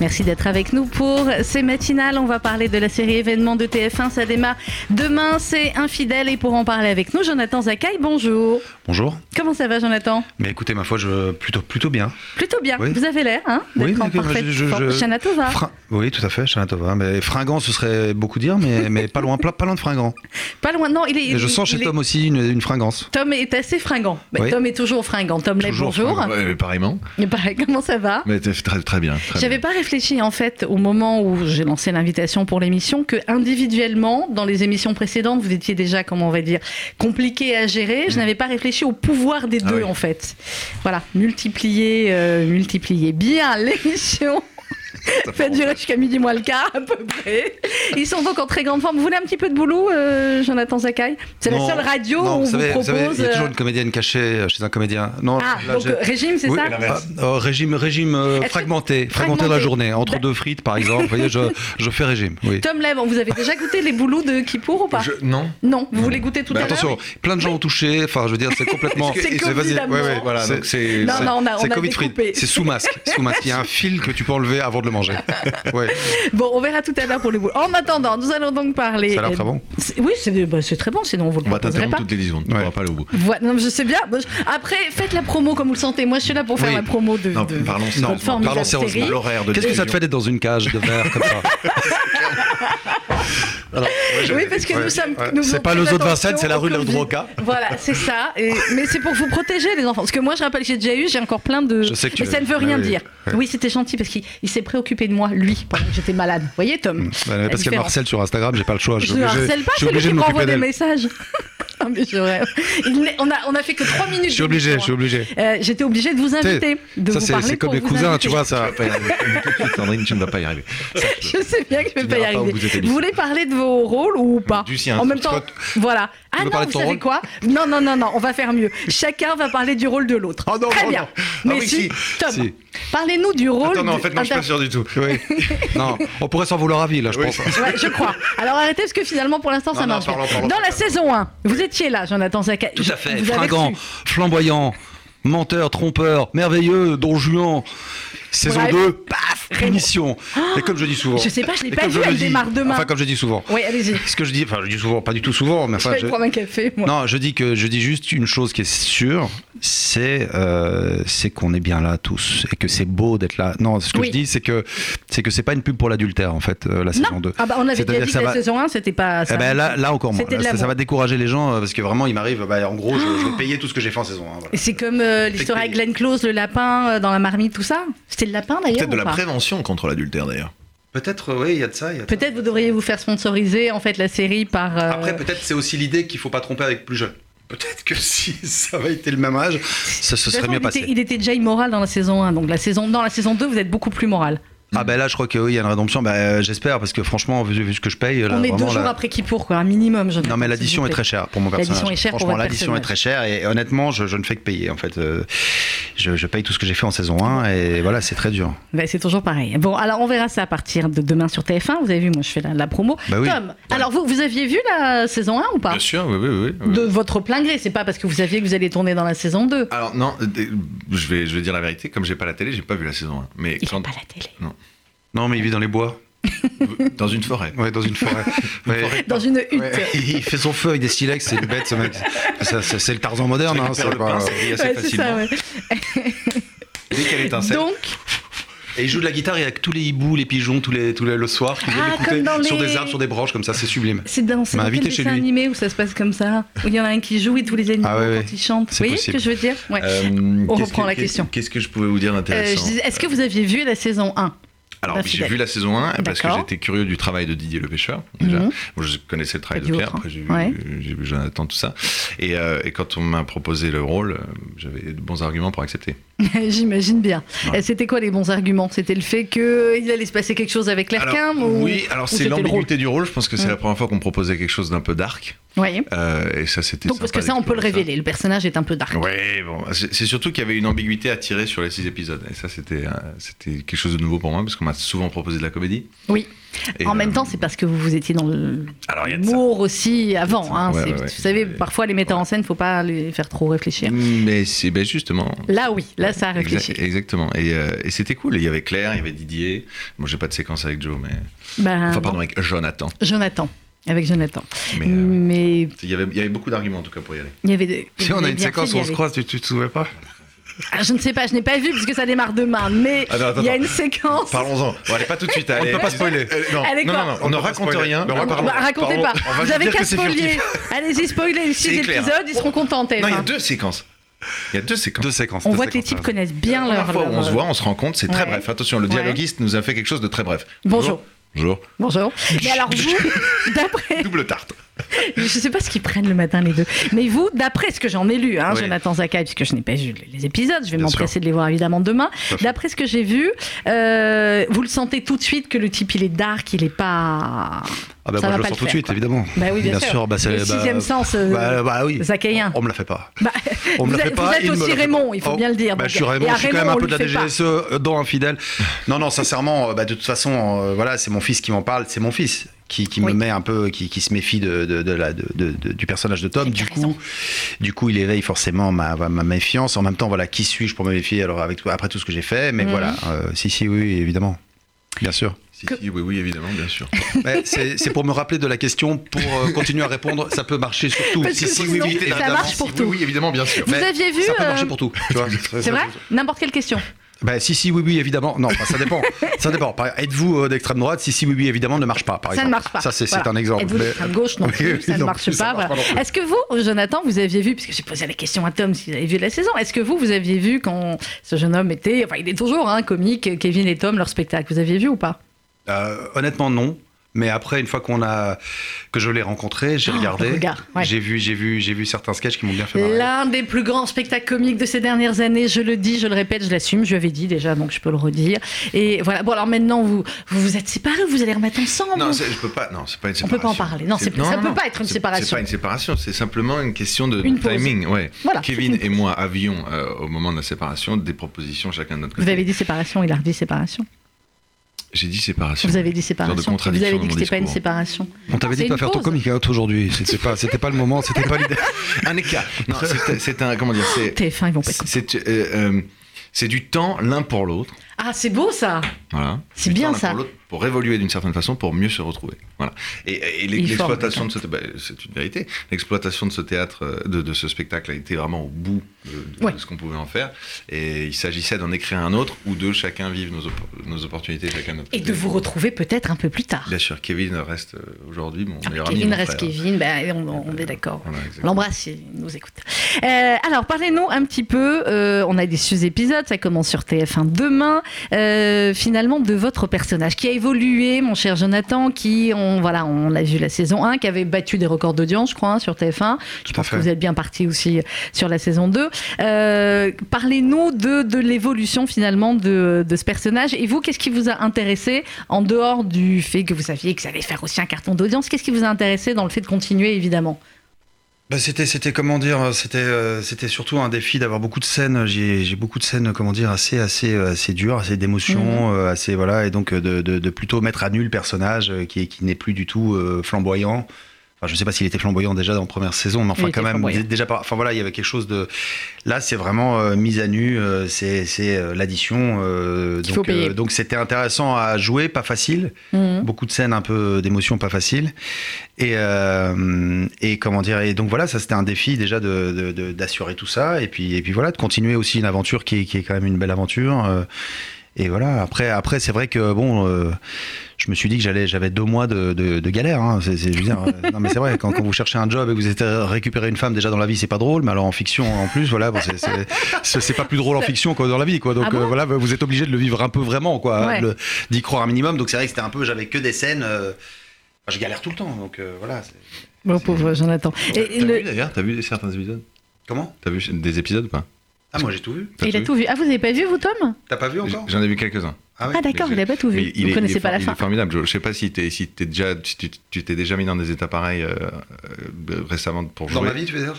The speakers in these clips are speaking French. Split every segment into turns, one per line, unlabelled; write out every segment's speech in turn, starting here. Merci d'être avec nous pour ces matinales. On va parler de la série événements de TF1. Ça démarre demain, c'est Infidèle. Et pour en parler avec nous, Jonathan Zakaï, bonjour.
Bonjour.
Comment ça va, Jonathan
Mais écoutez, ma foi, je plutôt plutôt bien.
Plutôt bien.
Oui.
Vous avez l'air, hein
Oui,
d'être en
d'accord,
parfaite
je- je-
forme.
je-
Shana Tova.
Frin- Oui, tout à fait, Chanatova. Mais fringant, ce serait beaucoup dire, mais, mais pas loin, pas, pas loin de fringant.
Pas loin. Non, il est.
Et je
il-
sens chez
il est-
Tom aussi une, une fringance.
Tom est assez fringant. Bah,
Oui.
Tom est toujours fringant. Tom Lay,
Toujours
bonjour.
fringant.
Ouais, mais pareillement.
Et pareil, Comment ça va
Mais t'es- très, très bien. très
J'avais pas
bien.
réfléchi en fait au moment où j'ai lancé l'invitation pour l'émission que individuellement dans les émissions précédentes vous étiez déjà comment on va dire compliqué à gérer.
Mm.
Je n'avais pas réfléchi au pouvoir des
Ah
deux
oui.
en fait. Voilà, multiplier, euh, multiplier bien l'émission. Faites durer jusqu'à midi moins le quart à peu près. Ils sont donc en très grande forme. Vous voulez un petit peu de boulot, euh, Jonathan Zakaï C'est la
Non,
seule radio
non,
où on
vous
vous,
savez, vous
propose.
savez, il y a toujours
euh,
une comédienne cachée chez un comédien. Non,
Ah,
là,
donc
j'ai-
euh, régime, c'est
Oui,
ça
ah, euh, régime, régime euh,
Est-ce que-
fragmenté, fragmenté de
Fragmenté.
la journée, entre
Bah-
deux frites par exemple. Vous voyez, je, je fais régime. Oui.
Tom Leb, vous avez déjà goûté les boulots de Kippour ou pas
Je- Non.
Non, vous voulez goûter tout
Bah,
à l'heure
Attention, plein de gens ont touché. Enfin, je veux dire, c'est complètement.
Est-ce que- C'est
Et
Covid
vas-y,
d'amour.
ouais, ouais, voilà,
C'est-
donc c'est
Non,
c'est-
non, on a- on
c'est
a
Covid
découpé.
free. C'est sous masque, sous masque. Il y a un fil que tu peux enlever avant de le manger. Ouais.
Bon, on verra tout à l'heure pour les boules. En attendant, nous allons donc parler.
Ça a l'air très bon.
C'est- Oui, c'est bah, c'est très bon, sinon on vous le
On va
proposerait
t'interrompre
pas.
toutes les 10 secondes. On
Ouais.
va pas aller au bout.
Voilà, non, mais je sais bien. Bon, je- Après, faites la promo comme vous le sentez. Moi, je suis là pour faire
Oui.
la promo de.
Non,
de-
parlons
de
sérieusement.
votre formidable
Parlons
série.
sérieusement.
L'horaire de
Qu'est-ce que ça te fait
diffusion.
d'être dans une cage de verre comme ça
Oui, parce que nous
Ouais.
sommes.
Ouais.
nous
C'est
faisons
pas
très
le zoo de
attention
Vincennes, c'est la
aux
rue de la
claudites.
Droca.
Voilà, c'est ça. Et- mais c'est pour vous protéger, les enfants. Parce que moi, je rappelle que j'ai déjà eu, j'ai encore plein de.
Je sais que tu
mais ça
veux.
ne veut rien
Ah oui.
dire.
Ouais.
Oui, c'était gentil parce qu'il il s'est préoccupé de moi, lui, pendant que j'étais malade. Vous voyez, Tom
Ouais, mais
La
Parce qu'elle me
différence.
harcèle sur Instagram, j'ai pas le choix.
Je
suis
ne
obligé-
harcèle pas,
je suis
c'est lui
obligé
qui
de m'occuper
m'envoie des
d'elle.
messages. Non, mais je rêve. Il n'est- on, a, on a fait que 3 minutes.
Je suis obligé, je suis
d'émission,
obligé.
hein. Euh, J'étais obligé de vous inviter. De
Ça,
vous
c'est
parler
c'est comme
pour
les
vous
cousins,
inviter.
tu vois, ça.
Pas y arriver. Tout de suite, Sandrine, tu ne vas pas y arriver.
Je sais bien que je ne vais
Tu
pas y
verras pas où
arriver.
vous êtes
Vous,
habillé.
voulez parler de vos rôles ou pas
Du sien,
En même temps,
toi, tu-
voilà. Ah
veux
non,
parler de
vous
ton
savez
rôle
quoi Non, non, non, non, on va faire mieux. Chacun va parler du rôle de l'autre.
Oh non,
Très
non,
bien.
non. Ah
Mais
oui,
si,
si,
Tom,
si.
parlez-nous du rôle.
Attends, non, en
de-
fait, non, je suis
inter-
pas sûr du tout.
Oui. Non, on pourrait s'en vouloir à vie, là, je pense.
Ouais, je crois. Alors arrêtez parce que finalement pour l'instant ça
non,
marche. bien.
parlons, parlons,
Dans la saison 1, vous étiez là, Jonathan Zaka.
Tout à fait,
Vous avez
fringant,
reçu.
flamboyant, menteur, trompeur, merveilleux, don Juan. Saison
Bref.
2, paf, punition. Et comme je dis souvent.
Je sais pas, je l'ai
et
pas
comme
vu,
le
elle
dis-
démarre demain.
Enfin, comme je dis souvent.
Oui, allez-y.
Ce que je dis, enfin, je dis souvent, pas du tout souvent, mais
Je
enfin.
vais
je-
prendre un café, moi.
Non, je dis que je dis juste une chose qui est sûre, c'est euh, c'est qu'on est bien là tous et que c'est beau d'être là. Non, ce que
Oui.
je dis c'est que c'est que c'est pas une pub pour l'adultère en fait euh, la saison 2.
Ah bah on avait déjà
C'est-à-dire
dit
que
que
ça
la
va-
saison 1, c'était pas ça.
Eh ben, là, là encore moins.
C'était de
Là, ça,
l'amour. Ah.
ça va décourager les gens euh, parce que vraiment il m'arrive, bah, en gros, je, je vais payer tout ce que j'ai fait en saison hein, 1.
Et C'est comme euh, l'histoire avec Glenn Close, le lapin euh, dans la marmite, tout ça. C'était le lapin d'ailleurs
Peut-être de
ou
la
pas
prévention contre l'adultère, d'ailleurs.
Peut-être, oui, il y a de ça. il y a de ça.
Peut-être vous devriez vous faire sponsoriser en fait la série par. euh,
Après, peut-être c'est aussi l'idée qu'il faut pas tromper avec plus jeune. Peut-être que si ça avait été le même âge, ça se
de toute
serait
façon, il,
mieux
était,
passé.
il était déjà immoral dans la saison 1, donc la saison dans la saison 2, vous êtes beaucoup plus moral.
Ah ben là, je crois que oui, il y a une rédemption. Ben, euh, j'espère parce que franchement, vu, vu ce que je paye, là,
on est deux
vraiment,
jours
là-
après qui pour quoi, un minimum. Jonathan,
Non, mais
s'il
l'addition
vous
est
plaît.
très chère pour mon
L'addition
personnage.
est chère pour
Franchement,
votre
l'addition est très chère et honnêtement, je, je ne fais que payer en fait. Euh, je, je paye tout ce que j'ai fait en saison 1 et voilà, c'est très dur.
Ben, c'est toujours pareil. Bon, alors on verra ça à partir de demain sur TF1. Vous avez vu, moi je fais la, la promo.
Bah oui.
Tom, alors vous, vous aviez vu la saison 1 ou pas
Bien sûr, oui, oui, oui. oui.
De votre plein gré, c'est pas parce que vous saviez que vous allez tourner dans la saison 2.
Alors, non, euh, je vais, je vais dire la vérité. Comme j'ai pas la télé, j'ai pas vu la saison 1. Mais
Il n'a
quand-
pas la télé.
Non, mais il vit dans les bois,
dans une forêt.
ouais, dans une forêt. Ouais.
Dans une hutte.
Ouais. Il fait son feu avec des stylex, c'est une bête ce mec. Ça, c'est c'est le Tarzan moderne. hein,
Récupère
c'est
le
pas-
pain, ça brille assez
Ouais, c'est ça,
facilement.
ouais.
Dès qu'elle étincelle.
Donc,
Et il joue de la guitare et avec tous les hiboux, les pigeons, tous les, tous les- le soir, qui viennent
Ah, comme
l'écouter
dans
sur
les-
des arbres, sur des branches comme ça, c'est sublime.
c'est dans c'est
m'a
dans quel
invité
dessin
chez lui.
animé où ça se passe comme ça Où il y en a un qui joue et tous les animaux
Ah ouais, ouais.
quand ils chantent. Vous
C'est
voyez
possible.
ce que je veux dire ouais.
Euh,
On
qu'est-ce
reprend
que-
la
qu'est-ce-
question.
Qu'est-ce que je pouvais vous dire
Euh, je
d'intéressant
disais, Est-ce que vous aviez vu la saison 1
Alors,
La
j'ai
fidèle.
vu la saison 1 parce que
D'accord.
j'étais curieux du travail de Didier Le Pêcheur. Déjà.
Mhm.
Bon, je connaissais le travail
Pas
de
du
Pierre,
vôtre,
après j'ai vu,
hein.
j'ai vu Jonathan, tout ça. Et, euh, et quand on m'a proposé le rôle, euh, j'avais de bons arguments pour accepter.
J'imagine bien.
Voilà.
Et C'était quoi les bons arguments C'était le fait qu'il allait se passer quelque chose avec
Alors,
l'Erquin ou...
Oui, alors
ou
c'est
c'était le
l'ambiguïté du rôle. Je pense que c'est
Mm.
la première fois qu'on proposait quelque chose d'un peu dark.
rôle Oui.
euh, et ça, c'était.
Donc, parce
sympa
que ça, on peut le
d'explorer ça.
révéler. Le personnage est un peu dark.
Ouais, bon, c'est c'est surtout qu'il y avait une ambiguïté à tirer sur les six épisodes. Et ça, c'était euh, c'était quelque chose de nouveau pour moi, parce qu'on m'a souvent proposé de la comédie.
Oui.
Et,
en même
euh,
temps, c'est parce que vous, vous étiez dans le-
Alors, il y a de ça.
l'humour aussi avant. hein.
Ouais,
C'est-
ouais, ouais.
Vous savez, parfois, les metteurs
Ouais.
en scène, faut pas les faire trop réfléchir.
Mais c'est ben justement.
Là, oui. Là, ça a
Exa-
réfléchi.
exactement. Et, euh, et c'était cool. Et Il y avait Claire, il y avait Didier. Moi, j'ai pas de séquence avec Joe, mais.
Ben,
Enfin, pardon, avec Jonathan.
Jonathan. Avec Jonathan.
Mais euh,
Mm. Mais
il y avait, il y avait beaucoup d'arguments, en tout cas, pour y aller.
il y avait des.
Si on
vous
a
avez
une
bien fait
séquence où
d'y
on se
aller.
croise, tu, tu te souviens pas
Ah, je ne sais pas, je n'ai pas vu parce que ça démarre demain. Mais
Ah non, attends,
il y a
attends.
une séquence.
Parlons-en. Bon, allez, pas tout de
hein,
suite. Allez,
peut pas spoiler.
Euh, non,
Allez,
non,
quoi
non, non, on ne
peut pas
raconte
spoiler.
rien.
Mais on
Non,
raconte.
non,
Bah, racontez
pardon,
pas.
on va
Vous
juste
avez
dire
qu'à
que c'est
spoiler.
furtif.
Allez-y, spoiler les six
C'est clair.
épisodes, ils seront contents. TF1.
Non, il y a deux séquences. Il y a deux séquences.
Deux séquences.
On
deux
voit que les
séquences,
types
ouais.
connaissent bien
La
leur.
première fois où on
leur-
se voit, on se rencontre, c'est très
Ouais.
bref. Attention, le
Ouais.
dialoguiste nous a fait quelque chose de très bref.
Bonjour.
Bonjour.
Bonjour. Mais alors vous, d'après,
Double tarte.
je sais pas ce qu'ils prennent le matin les deux, mais vous, d'après ce que j'en ai lu, hein,
Oui.
Jonathan Zakai, puisque je n'ai pas vu les épisodes, je vais
Bien
m'empresser de les voir évidemment demain.
Tout à fait.
D'après ce que j'ai vu, euh, vous le sentez tout de suite que le type il est dark, il est pas.
Ah bah
Ça va
moi je le
pas
sens
le
tout de
faire,
suite,
quoi.
évidemment.
Bah oui, bien sûr.
bah, c'est-
Le
bah,
sixième sens, euh,
bah, bah oui.
Zachaïen.
On me la fait pas.
Bah,
On me
vous
la fait
êtes,
pas.
vous êtes
il me la
aussi
fait pas.
Raymond, il faut
Oh,
bien le dire.
bah,
donc.
je suis Raymond,
Et à
je suis quand même
Raymond,
un
on
peu de la
lui fait pas.
DGSE euh, dans infidèle. Non, non, sincèrement, euh, bah, de toute façon, euh, voilà, c'est mon fils qui m'en parle, c'est mon fils qui, qui
Oui.
me met un peu, qui, qui se méfie de, de- de la- de- de- de- du personnage de Tom. Du coup, du coup, il éveille forcément ma, ma méfiance. En même temps, voilà, qui suis-je pour me méfier alors avec, tout- après tout ce que j'ai fait Mais
Mhm.
voilà, euh, si, si, oui, oui, évidemment. Bien sûr.
Si,
Que-
si, oui, oui, évidemment, bien sûr.
Ouais, c'est c'est pour me rappeler de la question, pour euh, continuer à répondre, ça peut marcher sur tout.
Parce que sinon, ça
évidemment.
marche pour
Si,
tout.
Oui, oui, évidemment, bien sûr.
Vous
Mais
aviez vu
Ça peut
euh,
marcher pour tout. tu vois.
C'est vrai N'importe quelle question.
Bah, si, si, oui, oui, évidemment. Non, enfin, ça dépend. ça dépend. Par- Êtes-vous euh, d'extrême droite Si, si, oui, oui, évidemment, ne marche pas. Par
ça
exemple.
ne marche pas.
Ah, Ça, c'est c'est
Voilà.
un exemple.
Êtes-vous
Mais-
d'extrême gauche non
Oui,
plus,
oui,
ça ne
non
marche
plus, ça
pas.
marche
voilà.
pas non plus.
Est-ce que vous, Jonathan, vous aviez vu, puisque j'ai posé la question à Tom s'il avait vu la saison, est-ce que vous, vous aviez vu quand ce jeune homme était, enfin il est toujours hein, comique, Kevin et Tom, leur spectacle, vous aviez vu ou pas
Euh, honnêtement, non. Mais après, une fois qu'on a que je l'ai rencontré, j'ai
Oh,
regardé,
le regard, ouais.
j'ai vu, j'ai vu, j'ai vu certains sketchs qui m'ont bien fait marrer.
L'un des plus grands spectacles comiques de ces dernières années, je le dis, je le répète, je l'assume, je lui avais dit déjà, donc je peux le redire. Et voilà, bon alors maintenant vous vous, vous êtes séparés, vous allez remettre ensemble
Non, c'est- je peux pas. Non, c'est pas une
On
séparation.
peut pas en parler. Non, c'est-
Non,
ça
non,
peut
non.
pas être une
C'est- C'est
séparation.
pas une séparation. C'est simplement une question de
Une pause.
timing. Ouais.
Voilà,
Kevin
c'est une
et moi avions euh, au moment de la séparation des propositions chacun de notre côté.
Vous avez dit séparation, il a redit séparation.
J'ai dit séparation.
Vous avez dit
Genre de
séparation.
contradiction
Vous avez dit
dans
que
mon
c'était pas une
discours.
séparation.
On t'avait
C'est
dit de pas
une
faire ton
pause.
coming out aujourd'hui. C'était pas, c'était pas le moment, c'était pas l'idée.
un écart. Non, c'est- c'est un comment dire. C'est
TF1, ils vont pas être contents.
c'est euh, euh, c'est du temps l'un pour l'autre.
Ah, c'est beau ça
Voilà.
C'est
Du
bien
temps l'un
ça.
Pour, l'autre, pour évoluer d'une certaine façon, pour mieux se retrouver. Voilà. Et, et l'e-
Il
l'exploitation
forme,
de ce, bah, c'est une vérité. L'exploitation de ce théâtre, euh, de, de ce spectacle, a été vraiment au bout de, de
Ouais.
ce qu'on pouvait en faire. Et il s'agissait d'en écrire un autre ou de chacun vivre nos, op- nos opportunités, chacun de notre
Et
côté.
de vous retrouver peut-être un peu plus tard.
Bien sûr, Kevin reste euh, aujourd'hui mon
Ah,
meilleur ami.
Kevin
mon
reste
frère.
Kevin, ben, on, on est d'accord.
Voilà,
On
exactement.
l'embrasse, il nous écoute. Euh, alors, parlez-nous un petit peu, euh, on a des sous-épisodes, ça commence sur TF1 demain, Euh, finalement de votre personnage qui a évolué, mon cher Jonathan, qui, on voilà, on l'a vu la saison 1, qui avait battu des records d'audience, je crois, hein, sur TF1. Je
à
pense que
fait.
vous êtes bien parti aussi euh, sur la saison 2. Euh, parlez-nous de, de l'évolution finalement de, de ce personnage. Et vous, qu'est-ce qui vous a intéressé en dehors du fait que vous saviez que ça allait faire aussi un carton d'audience Qu'est-ce qui vous a intéressé dans le fait de continuer, évidemment
Bah, c'était c'était comment dire c'était euh, c'était surtout un défi d'avoir beaucoup de scènes j'ai j'ai beaucoup de scènes comment dire assez assez euh, assez dures assez d'émotions
Mhm.
euh, assez voilà et donc euh, de, de, de plutôt mettre à nul le personnage euh, qui est- qui n'est plus du tout euh, flamboyant enfin je sais pas s'il était flamboyant déjà dans la première saison mais enfin
était
quand même
flamboyant.
dé- déjà pas- enfin voilà il y avait quelque chose de là c'est vraiment euh, mise à nu euh, c'est c'est euh, l'addition euh,
Qu'il faut
donc
payer.
donc c'était intéressant à jouer pas facile
Mhm.
beaucoup de scènes un peu d'émotion pas facile et, euh, et comment dire et donc voilà ça c'était un défi déjà de- de- de- d'assurer tout ça et puis et puis voilà de continuer aussi une aventure qui est, qui est quand même une belle aventure euh, et voilà après après c'est vrai que bon euh, je me suis dit que j'allais j'avais deux mois de, de- de galère hein. c'est c'est- je veux dire, euh, non mais c'est vrai quand, quand vous cherchez un job et que vous êtes récupérer une femme déjà dans la vie c'est pas drôle mais alors en fiction en plus voilà bon, c'est- c'est- c'est c'est pas plus drôle en fiction que dans la vie quoi donc
Ah bon
euh, voilà vous êtes obligé de le vivre un peu vraiment quoi
Ouais.
le- d'y croire un minimum. Donc c'est vrai que c'était un peu, j'avais que des scènes. euh, enfin, je galère tout le temps, donc euh, voilà. c'est-
Bon, pauvre Jonathan. Et
T'as
le-
vu d'ailleurs T'as vu certains épisodes
Comment
T'as vu des épisodes ou pas
Ah, moi j'ai tout vu.
T'as
Il a tout vu. Ah, vous n'avez pas vu, vous, Tom
T'as pas vu encore
J'en ai vu quelques-uns.
Ah oui.
Ah, d'accord, vous
Mais
n'avez pas tout
Mais
vu.
il
vous
est- il
connaissez
est
pas
for-
la
il
fin.
est formidable. Je ne sais pas si, t'es- si t'es déjà, si tu tu t'es déjà mis dans des états pareils euh, euh, récemment pour jouer.
Dans ma vie, tu veux dire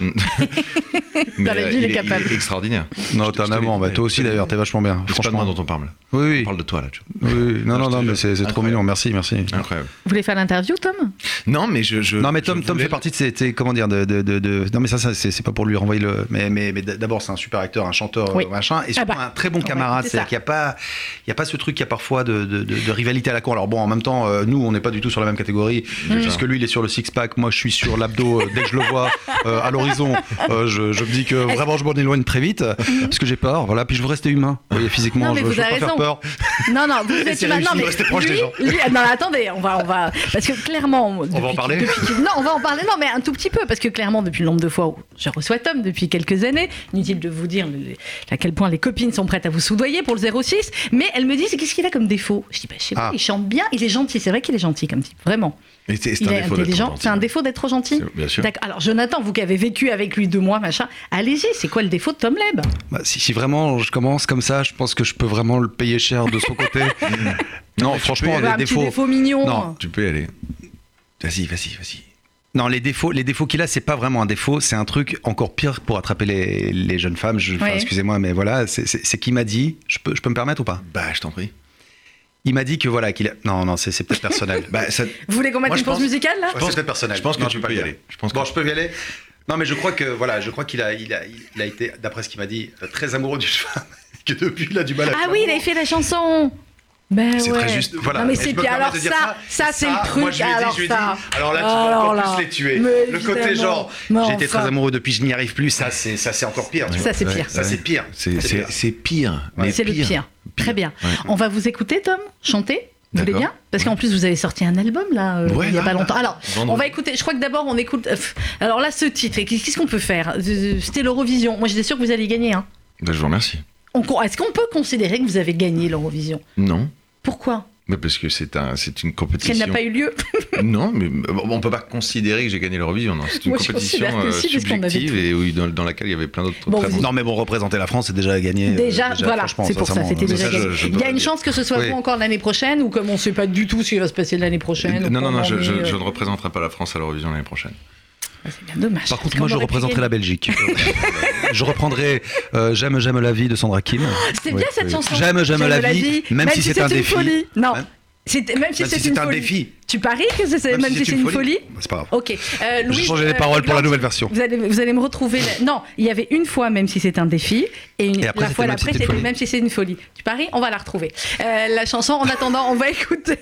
Mais,
Dans la
euh,
vie, il est
est-
capable.
est extraordinaire.
Non,
t'es un
t'es un
amant,
amant.
bah,
toi aussi d'ailleurs, t'es vachement bien.
C'est pas de moi
Franchement.
dont on parle. On
Oui, oui.
parle de toi là. tu vois.
oui, oui. Non, non, non,
Incroyable.
mais c'est c'est trop mignon. Merci, merci.
Incroyable.
Vous voulez faire l'interview, Tom
Non, mais je. je-
Non mais
je
Tom, Tom
voulais-
fait partie de ces, de ces- comment dire de, de- de- de- non mais ça, ça c'est c'est pas pour lui renvoyer le mais mais, mais d'abord c'est un super acteur un chanteur
Oui.
euh, machin et surtout
bah,
un très bon
va
camarade
écouter
c'est
ça.
qu'il y a pas il y a pas ce truc qu'il y a parfois de, de- de- de rivalité à la cour alors bon en même temps euh, nous on n'est pas du tout sur la même catégorie puisque lui il est sur le six pack moi je suis sur l'abdo euh, dès que je le vois euh, à l'horizon euh, je, je me dis que vraiment je m'en éloigne très vite euh, parce que j'ai peur voilà puis je veux rester humain vous voyez physiquement
Mhm. Non, mais
je,
vous
je veux
avez
pas faire
raison.
peur
Non, non, vous êtes
C'est
humain.
réussi,
Non, mais
restez proche des gens.
lui- ah, non, mais attendez, on va, on va, parce que clairement, on
va en parler
non, on va en parler. Non, mais un tout petit peu, parce que clairement, depuis le nombre de fois où je reçois Tom depuis quelques années, inutile de vous dire le- à quel point les copines sont prêtes à vous soudoyer pour le 06, mais elles me disent qu'est-ce qu'il a comme défaut. Je dis bah, je sais pas,
Ah.
il chante bien, il est gentil. C'est vrai qu'il est gentil comme type, vraiment.
Et C'est c'est
Il
un
est
défaut d'être
intelligent.
gentil.
C'est un défaut d'être trop gentil.
C'est- bien sûr.
D'accord. Alors Jonathan, vous qui avez vécu avec lui deux mois, machin, allez-y. C'est quoi le défaut de Tom Leb
Bah, si, si vraiment je commence comme ça, je pense que je peux vraiment le payer cher de son côté. non, franchement,
Voilà,
les
Un petit
défauts.
défaut mignon.
Non.
Tu peux y aller. Vas-y, vas-y, vas-y.
Non, les défauts, les défauts qu'il a, c'est pas vraiment un défaut, c'est un truc encore pire pour attraper les, les jeunes femmes. Je, enfin,
Ouais.
Excusez-moi, mais voilà, c'est- c'est c'est qu'il m'a dit. Je peux, je peux me permettre ou pas
Bah, je t'en prie.
Il m'a dit que voilà qu'il. a- Non, non, c'est c'est peut-être personnel.
Bah, ça.
Vous voulez qu'on mette
Moi,
une
je
pause
pense-
musicale là
Ouais,
pense
c'est
que-
peut-être personnel.
je pense que
Non,
tu
peux pas
peux y
le dire.
aller. Je pense
bon,
que-
je peux y aller. Non, mais je crois que voilà, je crois qu'il a, il a, il a été, d'après ce qu'il m'a dit, euh, très amoureux d'une femme. Que depuis, il a du mal à
Ah oui, il avait fait la chanson. Ben
C'est
ouais.
très juste. Voilà.
Non mais
Et
c'est
je me
bien.
permets
Alors
de
ça,
dire
ça, c'est le truc.
Moi, je lui ai dit,
alors
je lui ai dit,
ça.
alors là, tu vas
Alors
encore
là.
plus les tuer.
Mais
Le côté
évidemment.
genre,
Mais
j'étais
enfin.
très amoureux depuis, je n'y arrive plus. Ça, c'est ça, c'est encore pire. tu vois.
Ça c'est pire.
Ça, c'est pire.
C'est-
C'est
C'est
pire.
c'est pire. mais
C'est le pire. Très bien.
Ouais.
On va vous écouter, Tom, chanter. Vous voulez
D'accord.
bien Parce qu'en plus, vous avez sorti un album là, euh,
Ouais,
il y a
là,
pas
là.
longtemps. Alors, on
Vendredi.
va écouter. Je crois que d'abord, on écoute. euh, pff, Alors là, ce titre. et Qu'est-ce qu'on peut faire Euh, C'était l'Eurovision. Moi, j'étais sûre que vous alliez gagner. Hein.
Bah, je vous remercie.
On con- Est-ce qu'on peut considérer que vous avez gagné l'Eurovision
Non.
Pourquoi
Mais parce que c'est un, c'est une
Parce qu'elle
compétition.
n'a pas eu lieu.
Non, mais bon, on peut pas considérer que j'ai gagné l'Eurovision. non. C'est une
Moi, je
compétition
considère que
euh,
si, parce qu'on avait
subjective
tout.
et où- dans, dans laquelle il y avait plein d'autres
Bon,
très
vous-
bons.
Non, mais bon, représenter la France, c'est déjà gagné. euh,
Déjà, voilà,
franchement,
c'est pour ça,
sincèrement,
c'était
euh,
déjà
ça, je-
gagné.
je
Il y
dois
a une
le dire.
chance que ce soit
Oui.
vous encore l'année prochaine, ou comme on ne sait pas du tout ce qui va se passer l'année prochaine.
Non, non, non, je, je- je
ne
ne représenterai pas la France à l'Eurovision l'année prochaine.
euh, bah, C'est bien dommage.
Par contre,
parce
moi,
qu'on
je
aurait pu
représenterai la
gagner.
Belgique. je reprendrai euh, J'aime, j'aime la vie de Sandra Kim.
C'est bien cette chanson.
J'aime, j'aime la vie, même si c'est un
une
défi.
folie. Non,
Même-
C'est- même si
même
c'est
si
une
c'est un
folie.
défi.
Tu paries que c'est même, si c'est une folie
Bah, C'est pas grave.
Ok. Euh,
Je
Louis,
changerai les
euh,
paroles pour la
Blanc,
nouvelle version.
Vous allez, vous allez me retrouver. là- Non, il y avait une fois, même si c'est un défi, et, une,
Et après,
la
c'était
fois d'après,
même si c'était une
c'était
folie.
même si c'est une folie. Tu paries On va la retrouver. Euh, la chanson, en attendant, on va écouter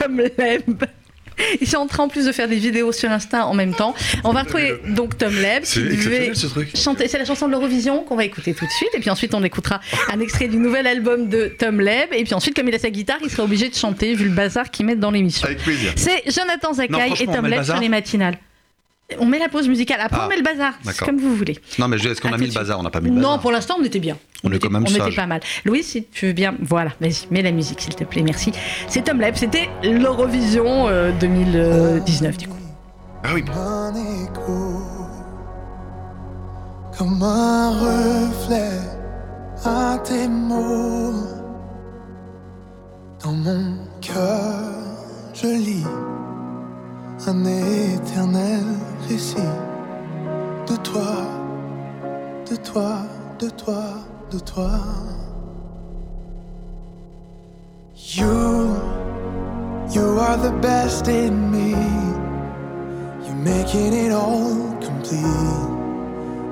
Tom Leb. Ils sont en train en plus de faire des vidéos sur Insta en même temps. On va retrouver donc Tom Leb. qui devait chanter. C'est la chanson de l'Eurovision qu'on va écouter tout de suite. Et puis ensuite, on écoutera un extrait du nouvel album de Tom Leb. Et puis ensuite, comme il a sa guitare, il sera obligé de chanter vu le bazar qu'ils mettent dans l'émission.
Avec plaisir.
C'est Jonathan
Non,
Zakaï et
franchement, on
Tom
met le
Leb sur
bazar
les matinales. On met la pause musicale. Après,
Ah,
on met le bazar. C'est
d'accord.
comme vous voulez.
Non, mais je- est-ce qu'on
À
a
tout
mis
de
le
suite.
bazar On n'a pas mis le
Non,
bazar.
pour l'instant, on était bien.
On est
était-
quand même
On était
sage.
pas mal. Louis, si tu veux bien. Voilà, vas-y, mets la musique, s'il te plaît. Merci. C'est Tom Leb. C'était l'Eurovision euh, 2019, du coup.
Ah oui, bon.
un écho, comme un reflet à tes mots. Dans mon cœur, je lis un éternel récit de toi, de toi, de toi, de toi. You, you are the best in me. You're making it all complete.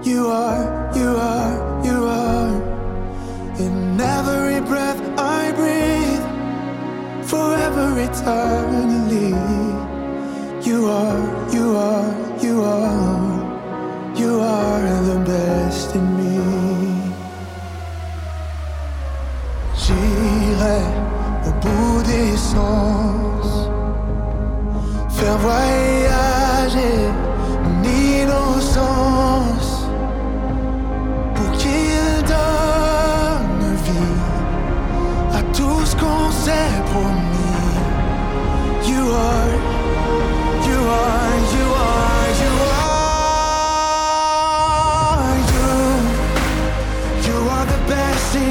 You are, you are, you are. In every breath I breathe, forever eternally. You are, you are, you are. You are the best in me. J'irai au bout des sens faire voyager mon innocence pour qu'il donne vie à tout ce qu'on s'est promis. You are, you are, you are, you are, you, you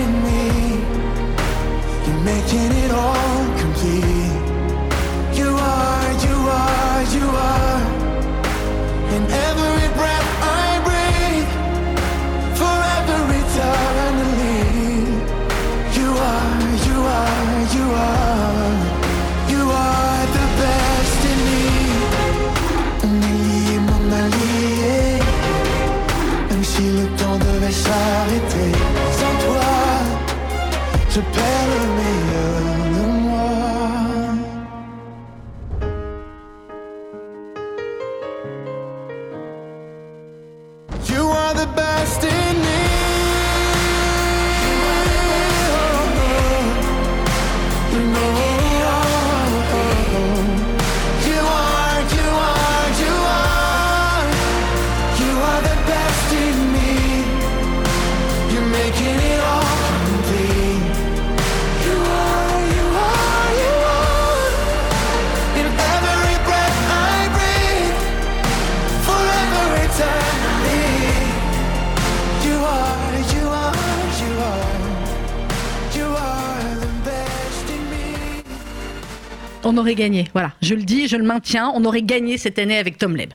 on aurait gagné. Voilà, je le dis, je le maintiens. On aurait gagné cette année avec Tom Leb.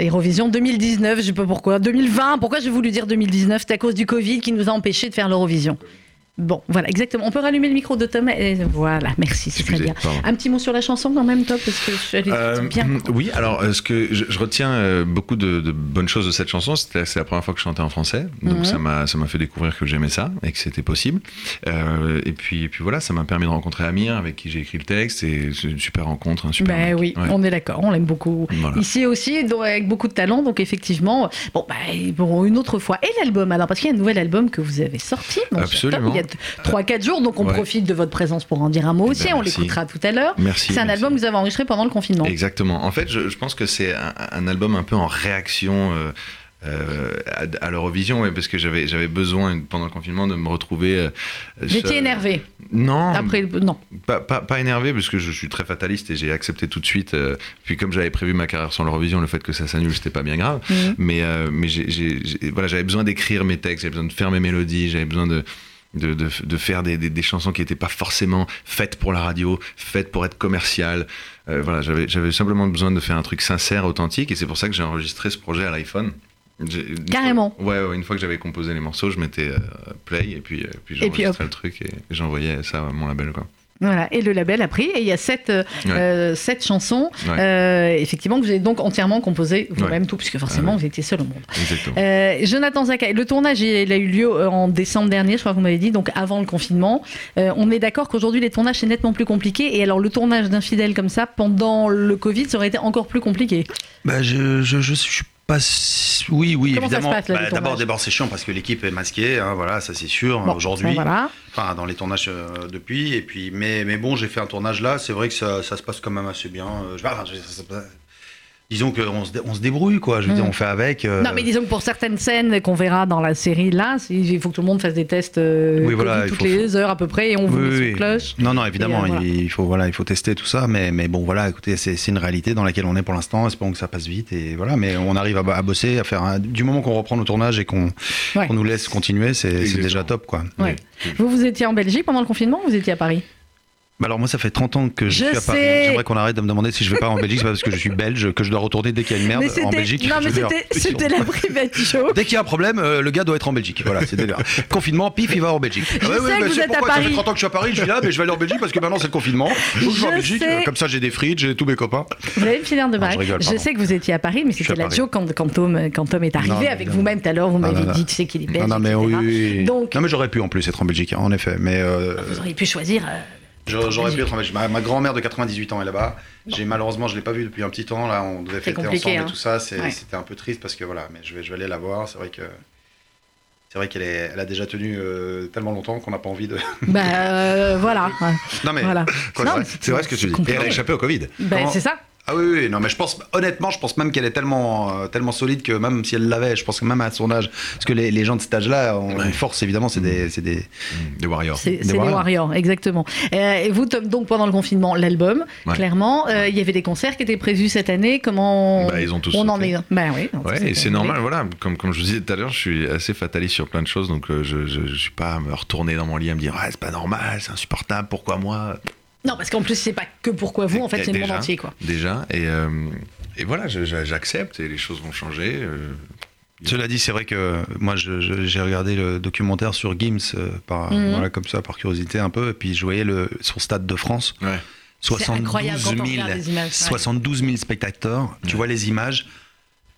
Eurovision 2019, je sais pas pourquoi. 2020, pourquoi j'ai voulu dire 2019 C'est à cause du Covid qui nous a empêchés de faire l'Eurovision. Bon, voilà, exactement. On peut rallumer le micro de Tom. et- Voilà, merci, c'est très
Excusez,
bien.
pardon.
Un petit mot sur la chanson quand même, Tom, parce que elle est
Euh,
bien.
oui, alors euh, ce que je, je retiens euh, beaucoup de, de bonnes choses de cette chanson, c'était c'est la première fois que je chantais en français, donc
Mhm.
ça m'a ça m'a fait découvrir que j'aimais ça et que c'était possible. Euh, et puis et puis voilà, ça m'a permis de rencontrer Amir avec qui j'ai écrit le texte et c'est une super rencontre, un super.
Ben
mec.
oui,
Ouais.
on est d'accord, on l'aime beaucoup.
Voilà.
Ici aussi, donc, avec beaucoup de talent, donc effectivement, bon, bah, bon, une autre fois. Et l'album, alors, parce qu'il y a un nouvel album que vous avez sorti, mon cher
Absolument.
Tom, il y a 3-4 jours, donc on
Ouais.
profite de votre présence pour en dire un mot
Eh
aussi,
ben,
on
merci.
l'écoutera tout à l'heure.
Merci.
C'est un
merci.
album que vous avez enregistré pendant le confinement.
Exactement. En fait, je, je pense que c'est un, un album un peu en réaction euh, euh, à, à l'Eurovision, ouais, parce que j'avais j'avais besoin pendant le confinement de me retrouver. euh, seul.
J'étais énervé.
Non.
Après, non.
Pas, pas, pas énervé parce que je suis très fataliste et j'ai accepté tout de suite. euh, puis comme j'avais prévu ma carrière sans l'Eurovision, le fait que ça s'annule, c'était pas bien grave.
Mhm.
Mais, euh, mais j'ai- j'ai- j'ai- voilà, j'avais besoin d'écrire mes textes, j'avais besoin de faire mes mélodies, j'avais besoin de, de, de, de faire des, des, des chansons qui n'étaient pas forcément faites pour la radio, faites pour être commerciales. Euh, voilà, j'avais j'avais simplement besoin de faire un truc sincère, authentique, et c'est pour ça que j'ai enregistré ce projet à l'iPhone. J'ai- une
Carrément.
fois- ouais, ouais, une fois que j'avais composé les morceaux, je mettais euh, play et puis, euh, puis
Et puis,
j'enregistrais le truc et j'envoyais ça à mon label. Quoi.
Voilà. Et le label a pris, et il y a sept, euh,
Ouais.
euh, sept chansons,
Ouais.
euh, effectivement, que vous avez donc entièrement composé vous-même tout, puisque
Ah
forcément, vous étiez seul au monde.
Exactement.
Euh, Jonathan Zakaï, le tournage il a eu lieu euh, en décembre dernier, je crois que vous m'avez dit, donc avant le confinement. Euh, on est d'accord qu'aujourd'hui les tournages c'est nettement plus compliqué. Et alors le tournage d'infidèle comme ça pendant le Covid, ça aurait été encore plus compliqué.
Bah, je, je, je suis pas. si- Oui, oui,
Comment ça
évidemment.
se passe, là, le
Bah,
tournage
D'abord, d'abord, c'est chiant parce que l'équipe est masquée, hein, voilà, ça c'est sûr.
Bon, ben
Aujourd'hui,
Voilà.
enfin dans les tournages euh, depuis, et puis, mais, mais bon, j'ai fait un tournage là. C'est vrai que ça, ça se passe quand même assez bien. Euh, je- enfin, je- ça- ça- disons qu'on se, dé- on se débrouille, quoi. Je veux
Mm.
dire, on fait avec. euh,
Non mais disons que pour certaines scènes qu'on verra dans la série là, c'est- il faut que tout le monde fasse des tests euh,
Oui, voilà,
Covid
il
toutes
faut-
les heures à peu près et on vous
Oui,
met
oui,
sous
oui.
cloche.
Non, non, évidemment,
Et, euh, voilà.
il, faut, voilà, il faut tester tout ça, mais, mais bon, voilà, écoutez, c'est c'est une réalité dans laquelle on est pour l'instant, espérons que ça passe vite, et voilà, mais on arrive à, à bosser, à faire. un- du moment qu'on reprend nos tournages et qu'on
Ouais.
qu'on nous laisse continuer, c'est c'est
Exactement.
déjà top, quoi.
Ouais. Vous vous étiez en Belgique pendant le confinement, ou vous étiez à Paris.
Bah Alors, moi, ça fait 30 ans que
Je
je, suis à Paris.
sais.
J'aimerais qu'on arrête de me demander si je vais pas en Belgique, c'est pas parce que je suis belge que je dois retourner dès qu'il y a une merde
mais
en
c'était
Belgique.
non
Je
mais
veux dire,
c'était c'était la private show.
Dès qu'il y a un problème, euh, le gars doit être en Belgique. Voilà, c'est délire. confinement, pif, il va en Belgique.
Je sais que
bah,
vous
c'est
êtes à
pourquoi, Ça
Paris.
fait 30 ans que je suis à Paris, je suis là, mais je vais aller en Belgique parce que maintenant c'est le confinement. Donc, je vais en
Je
Belgique,
sais.
euh, comme ça j'ai des frites, j'ai tous mes copains.
Vous avez une filière de
Non,
Paris.
je rigole,
je
pardon.
sais que vous étiez à Paris, mais
suis
c'était la
à Paris.
joke quand, quand, Tom, euh, quand Tom est arrivé
Non,
avec
évidemment.
vous-même tout à l'heure. Vous
Non,
m'avez
non,
dit,
non.
tu sais qu'il est belge.
Non, non, mais oui,
etc..
oui, oui.
Donc-
Non, mais j'aurais pu en plus être en Belgique, en effet. Mais euh,
Vous auriez pu choisir. euh,
j'a- j'aurais pu être en Belgique. Ma, ma grand-mère de 98 ans est là-bas. J'ai malheureusement, je l'ai pas vue depuis un petit temps. Là, on devait fêter
compliqué,
ensemble
hein.
et tout ça. C'est-
Ouais.
C'était un peu triste parce que voilà, mais je vais, je vais aller la voir. C'est vrai que. C'est vrai qu'elle est- elle a déjà tenu euh, tellement longtemps qu'on n'a pas envie de.
bah euh, voilà.
Non mais
Voilà.
quoi,
Non,
c'est vrai-
mais
c'est vrai ce que tu dis. Et
compliqué.
elle a échappé au Covid.
Ben,
Comment-
c'est ça.
Ah oui, oui, non, mais je pense, honnêtement, je pense même qu'elle est tellement, euh, tellement solide que même si elle l'avait, je pense que même à son âge, parce que les, les gens de cet âge-là ont une force, évidemment, c'est des, c'est des.
Des Warriors.
euh, C'est
Des
c'est les
Warriors.
Warriors, exactement. Euh, et vous, Tom, donc pendant le confinement, l'album,
Ouais.
clairement, euh, il y avait des concerts qui étaient prévus cette année. Comment
Bah, ils ont tous
on en
sauté.
est Ben oui. on tous
Ouais, et
sauté.
c'est normal, voilà. Comme, comme je vous disais tout à l'heure, je suis assez fataliste sur plein de choses, donc euh, je, je, je suis pas à me retourner dans mon lit à me dire Ouais, c'est pas normal, c'est insupportable, pourquoi moi
Non, parce qu'en plus, c'est pas que pourquoi vous. En fait, c'est le monde
Déjà.
entier, quoi.
Déjà, et, euh, et voilà, je- je- j'accepte et les choses vont changer. euh,
Cela dit, c'est vrai que moi, je- je- j'ai regardé le documentaire sur Gims, euh, par,
Mhm.
voilà, comme ça, par curiosité un peu, et puis je voyais le, son stade de France.
Ouais.
72
incroyable quand on
000,
regarde les images, ouais.
72 000 spectateurs, tu
Ouais.
vois les images.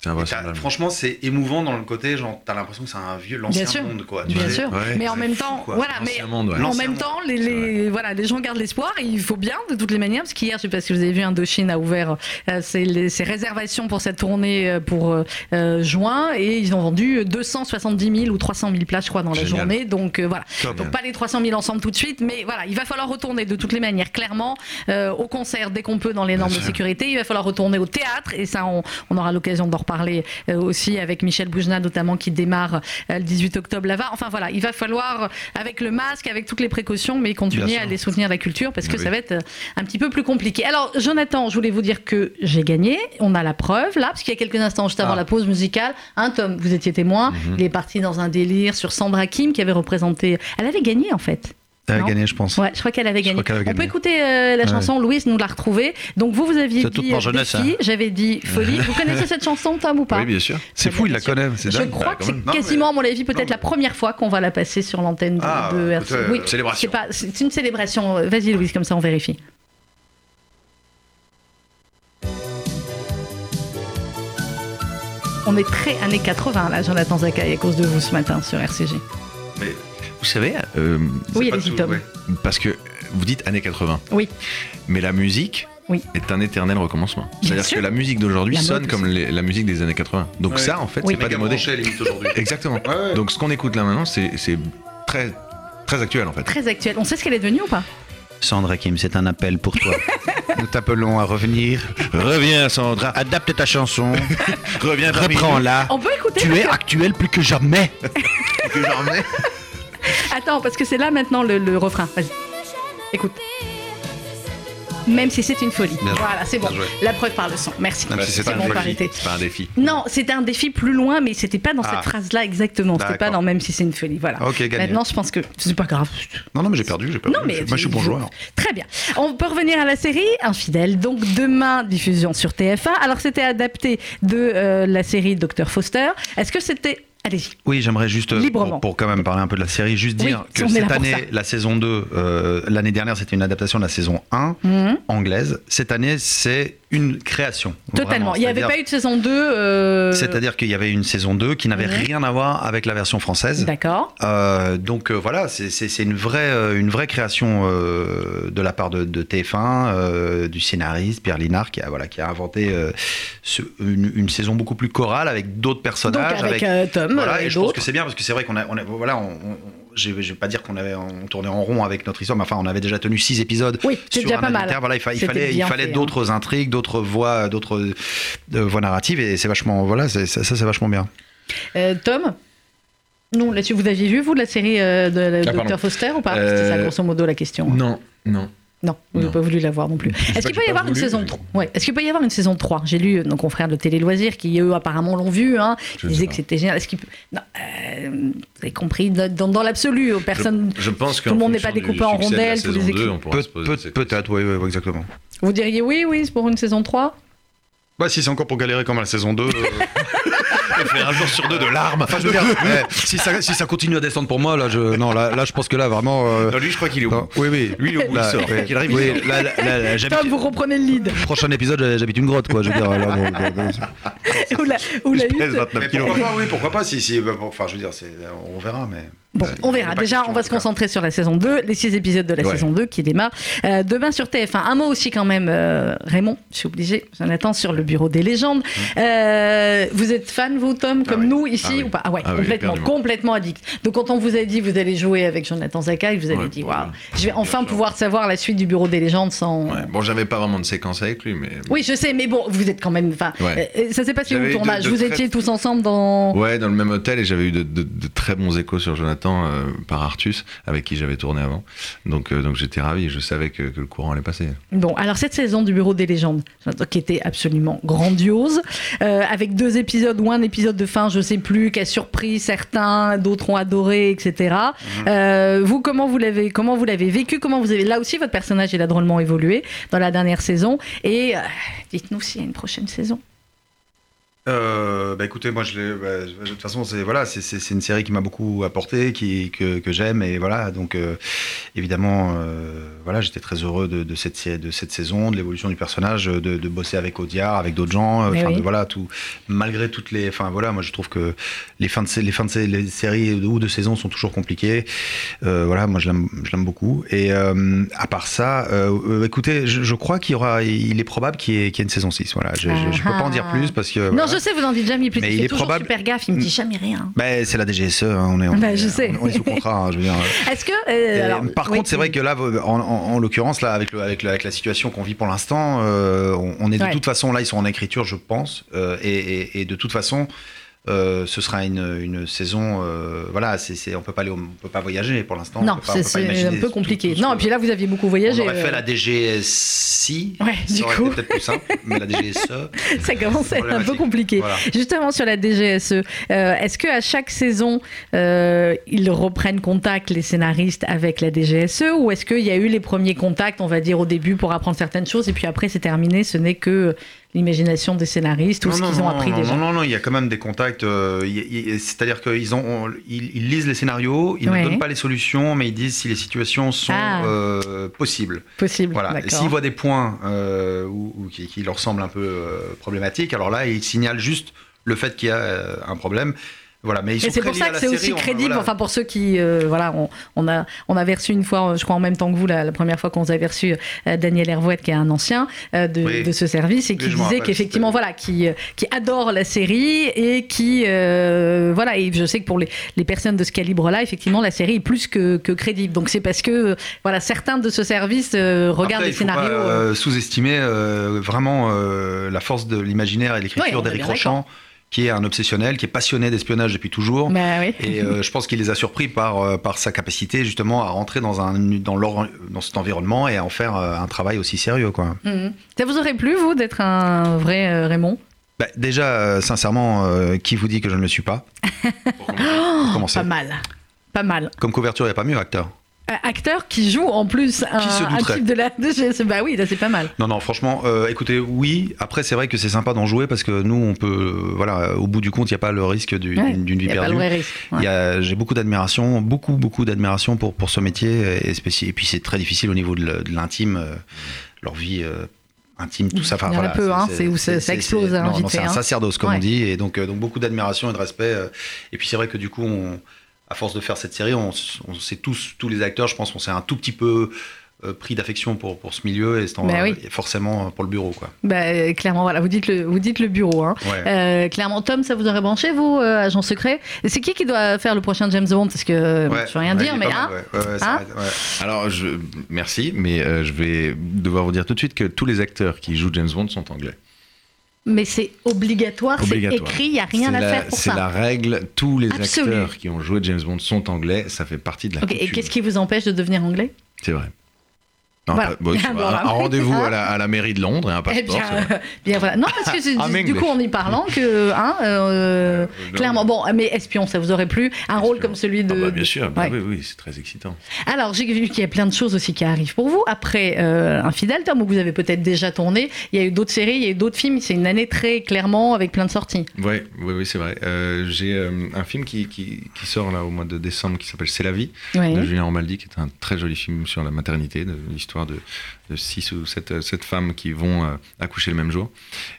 C'est
et t'as-
invraisemblable.
franchement, Ah c'est émouvant dans le côté, genre, t'as l'impression que c'est un vieux, l'ancien
Bien sûr.
monde, quoi. tu
Bien
sais.
sûr.
ouais,
mais en
c'est
même
fou,
temps,
quoi.
voilà. Mais
L'ancien monde, ouais.
En
L'ancien
même
monde.
temps, les, les- voilà, les gens gardent l'espoir et il faut bien, de toutes les manières, parce qu'hier, je ne sais pas si vous avez vu, Indochine a ouvert euh, ses, les- ses réservations pour cette tournée euh, pour euh, euh, juin et ils ont vendu 270 000 ou 300 000 places, je crois, dans la
Génial.
journée. Donc euh, voilà.
Top.
Donc pas les 300 000 ensemble tout de suite, mais voilà, il va falloir retourner de toutes les manières, clairement, euh, au concert dès qu'on peut dans les normes de
sûr.
sécurité. Il va falloir retourner au théâtre et ça, on, on aura l'occasion d'en reparler euh, aussi avec Michel Boujna notamment qui démarre euh, le 18 octobre là-bas. Enfin voilà, il va falloir euh, avec le masque, avec toutes les précautions, mais continuer
Bien
à
sûr.
aller soutenir la culture parce que
Oui.
ça va être euh, un petit peu plus compliqué. Alors Jonathan, je voulais vous dire que j'ai gagné. On a la preuve là, parce qu'il y a quelques instants juste avant
Ah. Mhm.
la pause musicale, un Tom, vous étiez témoin, il est parti dans un délire sur Sandra Kim qui avait représenté. Elle avait gagné en fait.
Elle a
Non.
gagné, je pense.
Ouais, je crois qu'elle avait
Je
gagné.
crois qu'elle avait
On peut
gagné.
écouter euh, la
Ouais.
chanson, Louise nous l'a retrouvée. Donc vous, vous aviez
C'est
dit
toute ma jeunesse,
défi,
hein.
j'avais dit folie. Vous connaissez cette chanson, Tom, ou pas
Oui, bien sûr.
C'est fou, il la connaît, c'est
Je
dingue.
crois
Bah,
que
quand
c'est
même.
Non, mais-
quasiment, à mon avis, peut-être
Non, mais-
la première fois qu'on va la passer sur l'antenne de,
Ah,
de
écoute,
RC.
euh,
Oui,
célébration.
c'est pas- C'est une célébration. Vas-y, Louise, comme ça on vérifie. On est très années 80 là, Jonathan Zakaï, à cause de vous ce matin sur RCG.
Mais vous savez, euh,
Oui,
c'est pas
allez-y,
tout,
Tom.
parce que vous dites années 80,
Oui,
mais la musique
Oui.
est un éternel recommencement.
Bien
C'est-à-dire
sûr.
que la musique d'aujourd'hui
La mode
sonne comme les- la musique des années 80. Donc
Ouais.
ça, en fait,
Oui.
c'est pas démodé.
aujourd'hui.
Exactement.
Ouais, ouais.
Donc ce qu'on écoute là maintenant, c'est c'est très très actuel en fait.
très actuelle. On sait ce qu'elle est devenue ou pas
Sandra Kim, c'est un appel pour toi. Nous t'appelons à revenir.
Reviens Sandra,
Adapte ta chanson.
reviens parmi nous.
Reprends-la.
On peut écouter
Tu es actuel plus que jamais.
Que j'en remets.
Attends, parce que c'est là maintenant le, le refrain. Vas-y. Écoute. Même si c'est une folie.
Bien joué.
Voilà, c'est bon.
Bien joué.
La preuve par le sang. Merci.
Même si c'est
c'est
un
bon, on peut
défi.
arrêter.
C'est pas un défi.
Non, c'était un défi plus loin, mais c'était pas dans
Ah.
cette phrase-là exactement. C'était pas
D'accord.
dans même si c'est une folie. Voilà.
Ok, gagné.
Maintenant, je pense que c'est pas grave.
Non, non, mais j'ai perdu, j'ai perdu.
Bah Non, mais
Moi, je suis bon joueur.
Très bien. On peut revenir à la série Infidèle. Donc demain, diffusion sur TF1. Alors c'était adapté de euh, la série Dr Foster. Est-ce que c'était Allez-y.
Oui, j'aimerais juste, euh,
Librement.
pour, pour quand même parler un peu de la série, juste
Oui,
dire
si
que
on est là
cette
pour
année,
ça.
la saison 2, euh, l'année dernière, c'était une adaptation de la saison 1
Mhm.
anglaise. Cette année, c'est une création.
Totalement.
Vraiment.
Il n'y avait
C'est-à-dire-
pas eu de saison 2. euh,
C'est-à-dire qu'il y avait une saison 2 qui n'avait
Mhm.
rien à voir avec la version française.
D'accord.
Euh, donc euh, voilà, c'est- c'est c'est une vraie, euh, une vraie création euh, de la part de, de TF1, euh, du scénariste Pierre Linard, qui a, voilà, qui a inventé euh, ce- une, une saison beaucoup plus chorale avec d'autres
Donc
personnages.
avec, euh, Tom
voilà,
euh,
et
et
je pense
d'autres.
que c'est bien parce que c'est vrai qu'on a, on a- voilà, on, on- je ne vais pas dire qu'on avait on tournait en rond avec notre histoire, mais enfin on avait déjà tenu six épisodes.
Oui, c'est
sur
déjà
un
pas mal.
adultère. Voilà, il, fa- il
C'était
fallait, il
bien
fallait
fait, hein.
d'autres intrigues, d'autres voix, d'autres euh, voies narratives, et c'est vachement, voilà, c'est- ça, ça, c'est vachement bien.
Euh, Tom non, là-dessus, vous aviez vu, vous, la série euh, de, de
Ah, pardon.
Dr. Foster ou pas C'était ça,
Euh,
grosso modo, la question. hein.
Non, non.
Non, vous n'avez
Non.
pas voulu l'avoir non plus.
Je sais
Est-ce
pas
qu'il
que
peut y
j'ai
avoir
pas
une
voulu,
saison
mais-
3 ouais. Est-ce qu'il peut y avoir une saison 3 J'ai lu euh, nos confrères de Télé Loisirs qui, eux, apparemment, l'ont vu, hein,
Je
Ils
sais
disaient
pas.
que c'était génial. Est-ce qu'il peut... Non, euh, vous avez compris, dans, dans- dans l'absolu, personne...
Je, je pense que
tout le monde n'est pas découpé en rondelles, tous les équipes.
Peut- peut- Peut-être, oui, oui, oui, exactement.
Vous diriez oui, oui, c'est pour une saison 3
Bah, si c'est encore pour galérer comme à la saison 2.
faire un jour sur deux de larmes.
Enfin, je veux dire, eh, si, ça, si ça continue à descendre pour moi, là, je, non, là, là, je pense que là, vraiment. euh,
Non, lui, je crois qu'il est
non,
au
oui, oui.
Lui, il est au bout,
Là,
il sort.
oui.
Qu'il arrive,
Oui,
il sort.
là, là, là, j'habite-
Tom, vous reprenez le lead
Prochain épisode, j'habite une grotte, quoi. Je veux dire, là, bon, bon, bon,
ou la, ou la hutte.
Mais pourquoi pas, oui, pourquoi pas, si, si, bah, bon, enfin, je veux dire, c'est- on verra, mais.
Bon,
Euh,
on
il y
verra.
a pas
Déjà,
question,
on va
en
se
tout cas.
concentrer sur la saison 2, les 6 épisodes de la
Ouais.
saison 2 qui démarrent euh, demain sur TF1. Un mot aussi quand même, euh, Raymond, je suis obligé, j'en attends sur le bureau des légendes. Euh, vous êtes fan, vous, Tom, comme
oui.
nous, ici
Ah oui.
ou pas Ah ouais,
Ah oui,
complètement,
éperdument.
complètement addict. Donc quand on vous a dit, vous allez jouer avec Jonathan Zakaï, vous avez
Ouais,
dit,
ouais,
waouh,
ouais.
je vais enfin
sûr.
pouvoir savoir la suite du bureau des légendes sans...
Ouais, Bon, j'avais pas vraiment de séquence avec lui, mais.
Oui, je sais, mais bon, vous êtes quand même. Enfin,
Ouais.
euh, ça s'est passé où
J'avais
le
eu de-
tournage
de
Vous
très-
étiez tous ensemble dans.
Ouais, dans le même hôtel et j'avais eu de, de- de très bons échos sur Jonathan euh, par Artus, avec qui j'avais tourné avant. Donc, euh, donc j'étais ravi, je savais que, que le courant allait passer.
Bon, alors cette saison du Bureau des légendes, qui était absolument grandiose, euh, avec deux épisodes ou un épisode de fin, je sais plus, qui a surpris certains, d'autres ont adoré, etc.
Mhm.
Euh, vous, comment vous l'avez, comment vous l'avez vécu Comment vous avez là aussi votre personnage il a drôlement évolué dans la dernière saison Et euh, dites-nous s'il y a une prochaine saison.
Euh, bah écoutez, moi, je l'ai- bah, je- de toute façon, c'est voilà, c'est- c'est c'est une série qui m'a beaucoup apporté, qui, que, que j'aime, et voilà. Donc, euh, évidemment, euh, voilà, j'étais très heureux de, de cette, sé- de cette saison, de l'évolution du personnage, de, de bosser avec Audiard, avec d'autres gens. euh,
Mais
enfin,
oui.
de- voilà, tout. Malgré toutes les, enfin voilà, moi, je trouve que les fins de, sé- les fins de sé- les séries ou de saison sont toujours compliquées. Euh, voilà, moi, je l'aime je l'aime beaucoup. Et euh, à part ça, euh, euh, écoutez, je, je crois qu'il y aura, il est probable qu'il y, ait- qu'il y ait une saison 6 Voilà, je, je, je peux pas en
Ah.
dire plus parce que voilà.
Non, je sais, vous en dites jamais plus.
Mais
il
il
fait
est
toujours
probable- Mm.
super gaffe, il me dit jamais rien.
Ben, c'est la DGSE, hein, on est on
Ben,
est-
je sais.
on- on est sous contrat. hein, je veux dire.
Est-ce que
Et,
euh, alors,
par
oui,
contre, c'est
tu-
vrai que là, en, en- en l'occurrence, là, avec, le- avec, le- avec la situation qu'on vit pour l'instant, euh, on, on est de
Ouais.
toute façon là, ils sont en écriture, je pense, euh, et, et- et de toute façon. euh, ce sera une, une saison. euh, voilà, c'est c'est- on peut pas aller, au- on peut pas voyager pour l'instant. on
non,
peut pas- on
c'est
peut pas
c'est
imaginer
un peu
tout-
compliqué.
tout ce
non,
que-
et puis là, vous aviez beaucoup
on
voyagé.
aurait fait
euh,
la DGSI,
Ouais,
ça
du
aurait
coup.
été peut-être plus simple, mais la DGSE,
euh, Ça commence à être un peu
problématique.
compliqué.
E, voilà.
Justement sur la DGSE, euh, est-ce que à chaque saison euh, ils reprennent contact les scénaristes avec la DGSE E, ou est-ce qu'il y a eu les premiers contacts, on va dire au début pour apprendre certaines choses et puis après c'est terminé, ce n'est que l'imagination des scénaristes ou
Non,
ce
non,
qu'ils ont
non,
appris
non,
déjà.
Non, non, non, il y a quand même des contacts. euh, il y a- il y a- C'est-à-dire qu'ils ont, on- ils, ils lisent les scénarios, ils
Ouais.
ne donnent pas les solutions, mais ils disent si les situations sont
Ah.
euh, possibles.
Possible.
Voilà. Et
d'accord.
S'ils voient des points euh, ou, ou qui, qui leur semblent un peu euh, problématiques, alors là, ils signalent juste le fait qu'il y a euh, un problème. Voilà, mais ils sont
Et c'est
très
pour
liés
ça
à
que
la
c'est
série,
aussi
on-
crédible.
voilà.
Enfin, pour ceux qui, euh, voilà, on, on a, on avait reçu une fois, euh, je crois en même temps que vous, la, la première fois qu'on vous avait reçu euh, Daniel Hervouette, qui est un ancien euh, de,
Oui.
de ce service et
Oui,
qui
je m'en
disait
rappelle,
qu'effectivement,
c'était-
voilà, qui, euh, qui adore la série et qui, euh, voilà, et je sais que pour les, les personnes de ce calibre-là, effectivement, la série est plus que, que crédible. Donc c'est parce que, euh, voilà, certains de ce service euh, regardent
Après,
les
il faut pas,
scénarios. euh,
euh, sous-estimer euh, vraiment euh, la force de l'imaginaire et de
Oui, on
l'écriture
est
d'Éric
bien
Rochant, qui est un obsessionnel, qui est passionné d'espionnage depuis toujours.
bah oui.
Et euh, je pense qu'il les a surpris par, euh, par sa capacité justement à rentrer dans, un, dans, leur- dans cet environnement et à en faire euh, un travail aussi sérieux. Quoi.
Mhm. Ça vous aurait plu, vous, d'être un vrai euh, Raymond
Bah, déjà, euh, sincèrement, euh, qui vous dit que je ne le suis pas Pour commencer.
Oh, Pas mal. Pas mal.
Comme couverture, il n'y a pas mieux acteur.
Euh, Acteur qui joue en plus un,
se
un
douterait
type de la DGSE. Bah oui, là c'est pas mal.
Non, non, franchement, euh, écoutez, oui. Après, c'est vrai que c'est sympa d'en jouer parce que nous, on peut. euh, voilà, au bout du compte, il n'y a pas le risque du- d'une
Ouais,
d'une
Il
vie
n'y a pas le
perdue.
vrai risque.
Il
Ouais.
y a- J'ai beaucoup d'admiration, beaucoup, beaucoup d'admiration pour, pour ce métier. euh, Et, spéci- et puis c'est très difficile au niveau de le- de l'intime, euh, leur vie euh, intime, tout ça. Enfin,
Il y en a
voilà,
peu, hein, c'est où ça- ça
c'est-
explose,
c'est-
hein,
non,
vite
non, C'est
fait,
un
hein.
sacerdoce, comme
Ouais.
on dit. Et donc, euh, donc beaucoup d'admiration et de respect. euh. Et puis c'est vrai que du coup, on, à force de faire cette série, on, s- on sait tous, tous les acteurs, je pense qu'on s'est un tout petit peu euh, pris d'affection pour, pour ce milieu et, c'est en-
Bah oui.
et forcément pour le bureau. Quoi.
Bah, euh, clairement, voilà, vous dites le, vous dites le bureau. hein.
Ouais.
Euh, clairement, Tom, ça vous aurait branché, vous, euh, agent secret Et C'est qui qui doit faire le prochain James Bond Parce que euh,
Ouais,
je veux rien
ouais,
dire,
il est
mais
pas
hein,
mal, ouais, ouais, ouais, c'est
Hein
vrai, ouais.
Alors, je... merci, mais euh, je vais devoir vous dire tout de suite que tous les acteurs qui jouent James Bond sont anglais.
mais c'est obligatoire,
Obligatoire.
c'est écrit, il n'y a rien
C'est
à
la-
faire pour
C'est
ça.
la règle. Tous les
Absolue.
acteurs qui ont joué James Bond sont anglais. Ça fait partie de la
Ok, et
coutume.
qu'est-ce qui vous empêche de devenir anglais
C'est vrai. Non,
Voilà.
pas- bon, c'est
Ah,
un-
bon,
un
voilà.
rendez-vous à la, à la mairie de Londres et un
Eh
passeport.
bien,
c'est vrai.
euh, bien voilà. Non, parce que c'est-
I'm
du- du
English.
coup, en y parlant, que, hein, euh,
non.
clairement, bon, mais espion, ça vous aurait plu Un rôle
Espion.
comme celui de.
Ah bah, bien sûr, bah
Ouais.
oui, oui, c'est très excitant.
Alors, j'ai vu qu'il y a plein de choses aussi qui arrivent pour vous. Après euh, Infidèle, Tom, où vous avez peut-être déjà tourné, il y a eu d'autres séries, il y a eu d'autres films. C'est une année très clairement avec plein de sorties.
Ouais, oui, oui, c'est vrai. Euh, J'ai euh, un film qui, qui, qui sort là au mois de décembre qui s'appelle C'est la vie
Oui.
de Julien Romaldi, qui est un très joli film sur la maternité, de l'histoire de, de six ou sept, euh, sept femmes qui vont euh, accoucher le même jour.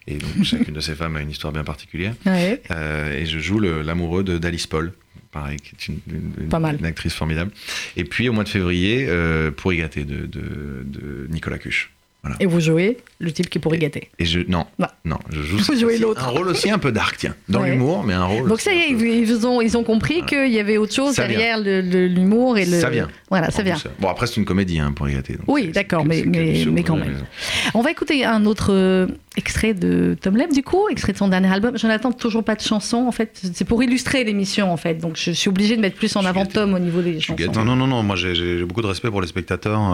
Et donc chacune de ces femmes a une histoire bien particulière.
Ouais.
Euh, et je joue le- l'amoureux de- d'Alice Paul, pareil, qui est une, une- une-
Pas mal.
une actrice formidable. Et puis au mois de février, euh, Pour y gâter de, de, de Nicolas Cuche.
Et vous jouez le type qui pourrait gâter.
Et je non,
Ouais.
non, je joue
Vous
cette
jouez
fois-ci
l'autre.
Un rôle aussi un peu dark, tiens, dans
Ouais.
l'humour, mais un rôle.
Donc ça y
aussi
est,
un
ils,
peu-
ils ont, ils ont compris qu'il y avait autre chose
Ça vient.
derrière le- le- l'humour et le...
Ça vient.
Voilà,
en
ça vient.
douceur. Bon après c'est une comédie hein, pour y gâter. donc
Oui,
c'est- c'est
d'accord,
que-
mais-
c'est que
mais-
du second
mais quand
degré,
même.
mais-
On va écouter un autre euh, extrait de Tom Leb, du coup, extrait de son dernier album. Je n'attends toujours pas de chanson, en fait. C'est pour illustrer l'émission, en fait. Donc je suis obligée de mettre plus en
Je suis
avant
gâté.
Tom au niveau des
suis
chansons.
gâté.
Non, non, non, non. Moi, j'ai- j'ai j'ai beaucoup de respect pour les spectateurs,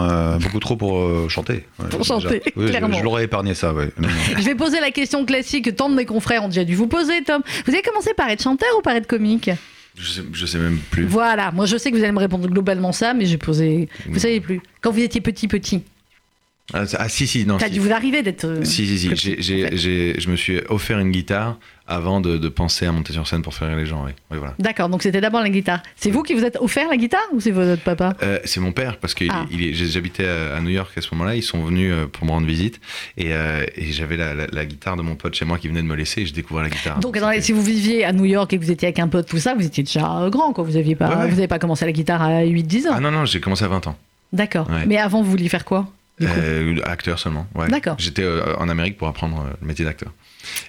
euh, beaucoup trop pour euh, chanter. Ouais,
Pour
déjà.
chanter,
Oui, je-
clairement.
Je, l'aurais épargné ça, ouais. Non, non.
Je vais poser la question classique que tant de mes confrères ont déjà dû vous poser, Tom. Vous avez commencé par être chanteur ou par être comique
Je sais, je sais même plus.
Voilà, moi je sais que vous allez me répondre globalement ça, mais j'ai posé. Vous
Oui.
savez plus. Quand vous étiez petit, petit,
Ah, ça- ah, si si non.
ça a
si.
dû vous arriver d'être. euh,
Si, si, si.
plus
J'ai-
petit,
j'ai-
en fait.
j'ai- je me suis offert une guitare avant de, de penser à monter sur scène pour faire rire les gens. Oui, Oui, voilà.
D'accord, donc c'était d'abord la guitare. C'est vous qui vous êtes offert la guitare ou c'est votre papa
Euh, c'est mon père parce que
Ah.
il est- j'ai- j'habitais à à New York à ce moment-là. Ils sont venus euh, pour me rendre visite et, euh, et j'avais la, la- la guitare de mon pote chez moi qui venait de me laisser et je découvrais la guitare.
Donc
Ah, C'était-
attendez, si vous viviez à New York et que vous étiez avec un pote, tout ça, vous étiez déjà euh, grand, quoi. Vous n'avez pas,
Ouais, ouais.
vous avez pas commencé la guitare à 8-10 ans.
Ah non non, j'ai commencé à 20 ans.
D'accord.
Ouais.
Mais avant, vous vouliez faire quoi du coup
Euh, acteur seulement. Ouais.
D'accord.
J'étais euh, en Amérique pour apprendre euh, le métier d'acteur.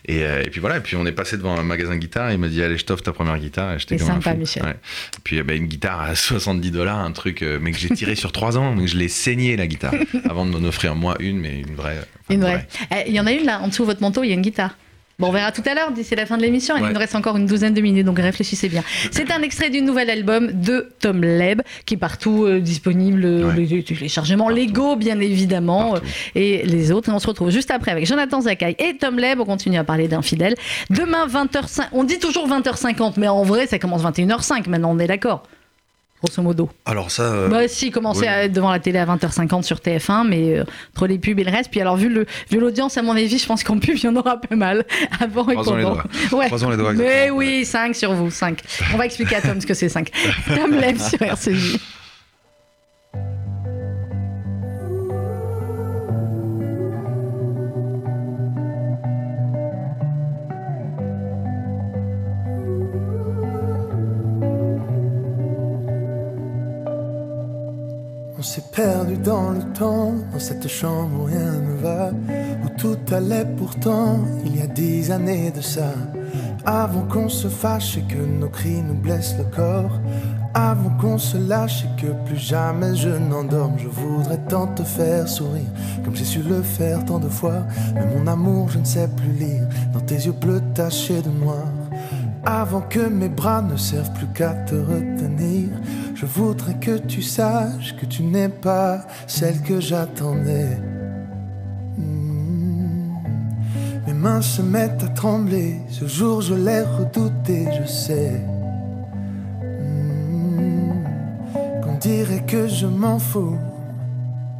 Et, euh, et puis voilà, et puis on est passé devant un magasin de guitare, et il m'a dit allez je t'offre ta première guitare, et j'étais
Et
comme un
sympa,
fou.
Michel.
Ouais. Et puis eh ben, une guitare à 70 dollars, un truc, euh, mais que j'ai tiré sur trois ans, donc je l'ai saigné la guitare, avant de m'en offrir moi une, mais une vraie. enfin,
Une vraie. Eh, Il y en a une là, en dessous de votre manteau, il y a une guitare. Bon, on verra tout à l'heure, d'ici la fin de l'émission. Il
Ouais.
nous reste encore une douzaine de minutes, donc réfléchissez bien. C'est un extrait du nouvel album de Tom Leb, qui est partout euh, disponible, euh,
Ouais.
les téléchargements
Partout.
légaux, bien évidemment,
Partout.
euh, et les autres. Et on se retrouve juste après avec Jonathan Zakaï et Tom Leb. On continue à parler d'infidèles. Demain, 20h05. On dit toujours 20h50, mais en vrai, ça commence 21h05. Maintenant, on est d'accord. Grosso modo.
Alors ça, euh,
Bah si, commencer
oui.
à être devant la télé à 20h50 sur TF1, mais euh, entre les pubs et le reste. Puis alors, vu le- vu l'audience, à mon avis, je pense qu'en pub, il y en aura pas mal avant et
Croisons les
pendant.
doigts.
Ouais.
Croisons les doigts,
Mais
exactement.
oui, 5 sur vous, 5. On va expliquer à Tom ce que c'est 5. Tom lève sur RCJ.
On s'est perdu dans le temps, dans cette chambre où rien ne va, où tout allait pourtant, il y a dix années de ça. Avant qu'on se fâche et que nos cris nous blessent le corps, avant qu'on se lâche et que plus jamais je n'endorme, je voudrais tant te faire sourire, comme j'ai su le faire tant de fois, mais mon amour je ne sais plus lire, dans tes yeux bleus tachés de noir. Avant que mes bras ne servent plus qu'à te retenir, je voudrais que tu saches que tu n'es pas celle que j'attendais. Hmm. Mes mains se mettent à trembler, ce jour je l'ai redouté, je sais. Hmm. Qu'on dirait que je m'en fous,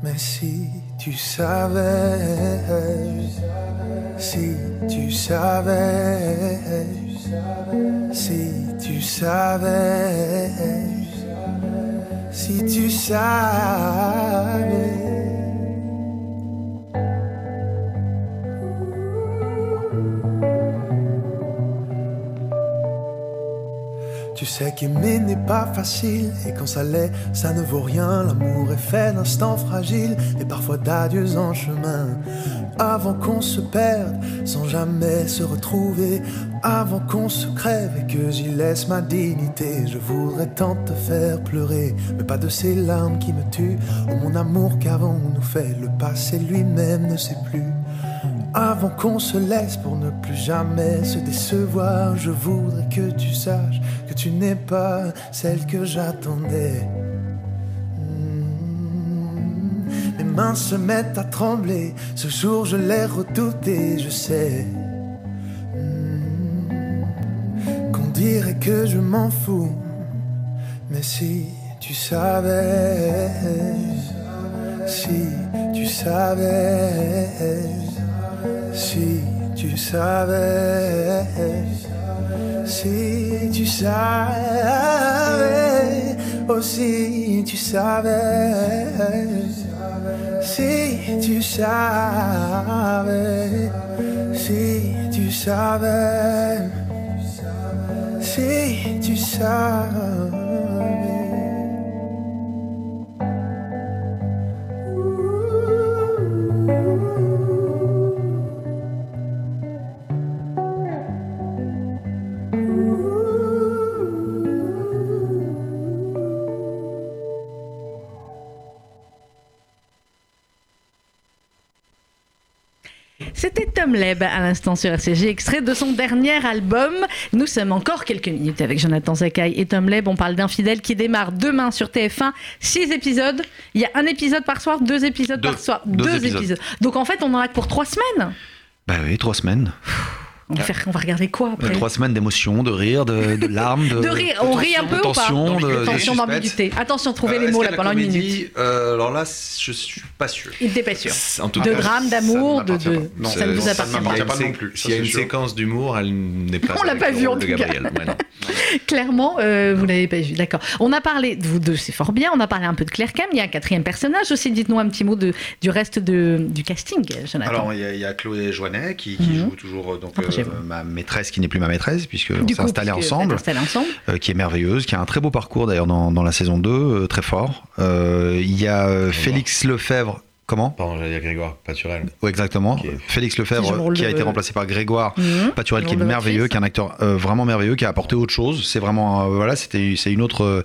mais si tu savais. Si tu savais, si tu savais, si tu savais. Tu sais qu'aimer n'est pas facile Et quand ça l'est, ça ne vaut rien L'amour est fait d'instants fragiles Et parfois d'adieux en chemin Avant qu'on se perde Sans jamais se retrouver Avant qu'on se crève Et que j'y laisse ma dignité Je voudrais tant te faire pleurer Mais pas de ces larmes qui me tuent Oh mon amour qu'avons-nous fait Le passé lui-même ne sait plus avant qu'on se laisse pour ne plus jamais se décevoir, je voudrais que tu saches que tu n'es pas celle que j'attendais. Mm. Mes mains se mettent à trembler, ce jour je l'ai redouté, je sais. Mm. Qu'on dirait que je m'en fous, mais si tu savais, si tu savais, si tu savais, si tu savais, oh si tu savais, si tu savais, si tu savais, si tu savais.
C'était Tom Leb à l'instant sur RCJ, extrait de son dernier album. Nous sommes encore quelques minutes avec Jonathan Zakaï et Tom Leb. On parle d'Infidèle qui démarre demain sur TF1. Six épisodes. Il y a un épisode par soir, deux épisodes
Deux.
par soir.
Deux épisodes.
Donc en fait, on en a que pour trois semaines.
bah oui, trois semaines.
On va, faire, on va regarder quoi après
Trois semaines d'émotions, de rire, de, de larmes,
euh,
de,
De rire, on rit un
de
peu ou pas
tension, de- de
Attention
suspense.
d'ambiguïté. Attention, trouvez
Euh,
les
est-ce
mots
qu'il y a
là
de la
pendant une
comédie
minute.
Euh, alors là, je suis pas sûr.
Il n'était pas sûr.
En tout
De
cas,
drame,
ça ne
d'amour, de-
m'appartient
de-
pas. Non,
ça ne vous
ça
appartient
m'appartient
pas.
pas non plus.
Ça,
S'il y a
c'est
une
sûr.
séquence d'humour, elle n'est pas.
On l'a
avec
pas
le
vue,
rôle
en
de
tout cas.
Gabriel. Ouais, non.
Clairement, euh, vous l'avez pas vu. D'accord. On a parlé de vous deux, c'est fort bien. On a parlé un peu de Claire Cam. Il y a un quatrième personnage aussi. Dites-nous un petit mot de, du reste de, du casting, Jonathan.
Alors, il y, a- il y a Chloé Joinet qui, qui
Mhm.
joue toujours euh, donc, euh,
Rapprochez-vous.
ma maîtresse qui n'est plus ma maîtresse, puisqu'on
Du
s'est
coup,
installés
puisque
ensemble.
vous êtes installés ensemble.
euh, qui est merveilleuse, qui a un très beau parcours d'ailleurs dans, dans la saison 2, euh, très fort. Euh, il y a euh, Félix Lefebvre Comment
Pardon, j'allais dire Grégoire Paturel.
Ouais, exactement.
Ok.
Félix
C'est
Lefebvre,
Jean-Rôle
qui a
de-
été remplacé par Grégoire
Mhm.
Paturel, qui est
Jean-Rôle de
merveilleux,
Matrice.
qui est un acteur euh, vraiment merveilleux, qui a apporté autre chose. C'est vraiment, euh, voilà, c'était, c'est une autre, euh,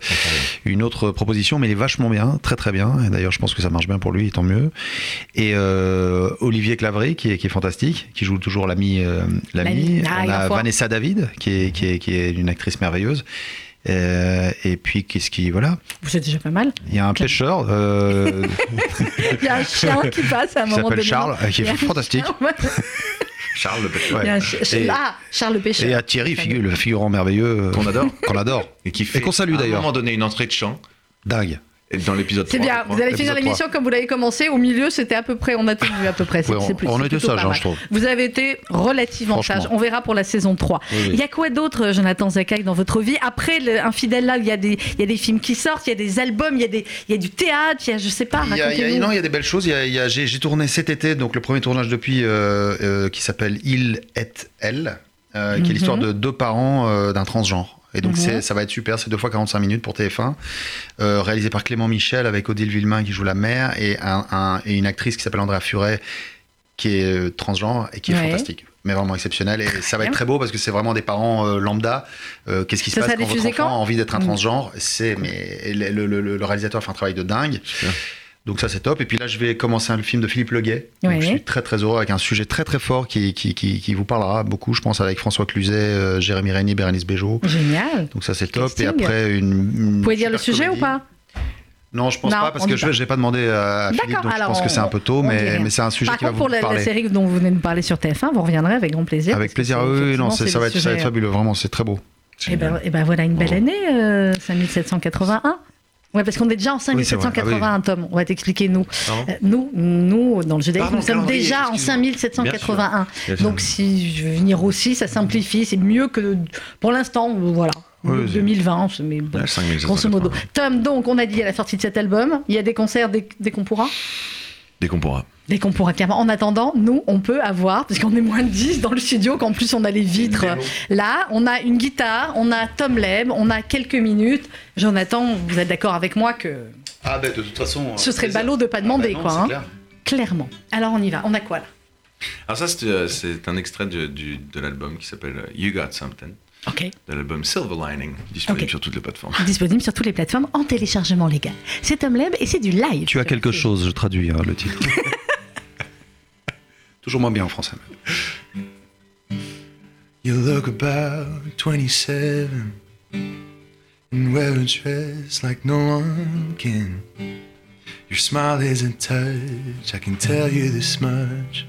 une autre proposition, mais il est vachement bien, très très bien. Et d'ailleurs, je pense que ça marche bien pour lui, et tant mieux. Et euh, Olivier Clavré, qui est, qui est fantastique, qui joue toujours l'ami, euh, l'ami.
L'ami. Ah,
On
il
a
en faut.
Vanessa David, qui est, qui est, qui est une actrice merveilleuse. Euh, et puis qu'est-ce qui, voilà,
C'est déjà pas mal.
il y a un pêcheur. euh,
Il y a un chien qui passe à un
Qui
moment
s'appelle
donné.
Charles, euh, qui est
Il y a un
fantastique.
chien, ouais.
Charles Le Paturel.
ouais.
Il y a un chien-
Et-
Ah, Charles le pêcheur.
Et à Thierry, figu- le figurant merveilleux. euh,
Qu'on adore.
Qu'on adore.
Et qui fait
qu'on salue,
à
d'ailleurs.
un moment donné une entrée de chant
Dingue.
et dans l'épisode 3.
C'est bien,
je crois.
vous allez finir
épisode
l'émission comme vous l'avez commencé. Au milieu, c'était à peu près, on a tenu à peu près. c'est-
Ouais, on-
c'est plus-
on
c'est
a été
plutôt
sages,
pas
hein,
mal.
je trouve.
Vous avez été relativement
Franchement.
sage. On verra pour la saison 3.
Oui, oui.
Il y a quoi d'autre, euh, Jonathan Zakaï, dans votre vie Après le- Infidèle, là, il y, a des, il y a des films qui sortent, il y a des albums, il y a, des, il y a du théâtre, il y a je sais pas.
Il y a- il y a-
racontez-nous.
non, il y a des belles choses. Il y a- il y a- J'ai j'ai tourné cet été, donc le premier tournage depuis, euh, euh, qui s'appelle Il est elle, euh, qui est
Mhm.
l'histoire de deux parents euh, d'un transgenre. Et donc
Mhm.
c'est ça va être super, c'est deux fois 45 minutes pour TF1, euh, réalisé par Clément Michel avec Odile Villemain qui joue la mère et, un- un- et une actrice qui s'appelle Andrea Furet qui est euh, transgenre et qui est
Ouais.
fantastique, mais vraiment exceptionnelle. Et ça va être
bien.
très beau parce que c'est vraiment des parents euh, lambda. Euh, Qu'est-ce qui se
Ça
passe
sera
quand votre
diffusé
enfant
quand
a envie d'être un
Mm.
transgenre C'est mais et le, le- le- le réalisateur fait un travail de dingue.
Super.
Donc ça c'est top. Et puis là je vais commencer un film de Philippe Leguet. Donc,
Ouais.
Je suis très très heureux avec un sujet très très fort qui, qui, qui, qui vous parlera beaucoup. Je pense avec François Cluzet, euh, Jérémy Régnier, Bérénice Bejo.
Génial.
Donc ça c'est top.
Casting.
Et après une. une
Vous pouvez dire le
super
sujet
comédie.
ou pas
Non je pense
Non,
pas parce
on
que
dit
je
pas.
n'ai pas demandé à
D'accord,
Philippe. Donc je
alors
pense que
on-
c'est un peu tôt,
on dit
mais,
rien.
mais c'est un sujet
Par
qui va
contre,
vous
pour la, la
parler.
série dont vous venez de parler sur TF1, vous reviendrez avec grand plaisir.
Avec
parce que
plaisir.
c'est-
Oui, oui,
effectivement,
non, c'est-
c'est
ça
le
va être ça va
sujet, euh,
être fabuleux. Vraiment c'est très beau.
Et ben, eh ben voilà une belle
Bon.
année, euh, 5781. Ouais, parce qu'on est déjà en
Oui, c'est vrai.
5781, Tom. On va t'expliquer, nous.
Pardon
Euh, nous, nous, dans le jeu d'acteur,
Pardon,
nous sommes
calendrier,
déjà en
excuse-moi.
5781.
Bien sûr.
Donc, si je veux venir aussi, ça simplifie. C'est mieux que, pour l'instant, voilà,
Oui, c'est-
2020. Mais bon,
Ouais, 5780.
grosso modo. Tom, donc, on a dit à la sortie de cet album, il y a des concerts dès, dès qu'on pourra.
Dès qu'on pourra.
Dès qu'on pourra, clairement. En attendant, nous, on peut avoir, parce qu'on est moins de 10 dans le studio, qu'en plus on a les vitres. Là, on a une guitare, on a Tom Leb, on a quelques minutes. Jonathan, vous êtes d'accord avec moi que
Ah ben de toute façon.
ce serait ballot
Ah,
de pas
bah
demander, quoi. hein. Clairement. Alors on y va, on a quoi là
Alors ça, c'est, euh, c'est un extrait de, du- de l'album qui s'appelle euh, You Got Something,
Ok.
de l'album Silver Lining, disponible
Ok.
sur toutes les plateformes.
Disponible sur toutes les plateformes en téléchargement légal. C'est Tom Leb et c'est du live.
Tu as quelque chose, je traduis hein, le titre. Toujours moins bien en français.
You look about 27 and wear a dress like no one can. Your smile isn't touch, I can tell you this much.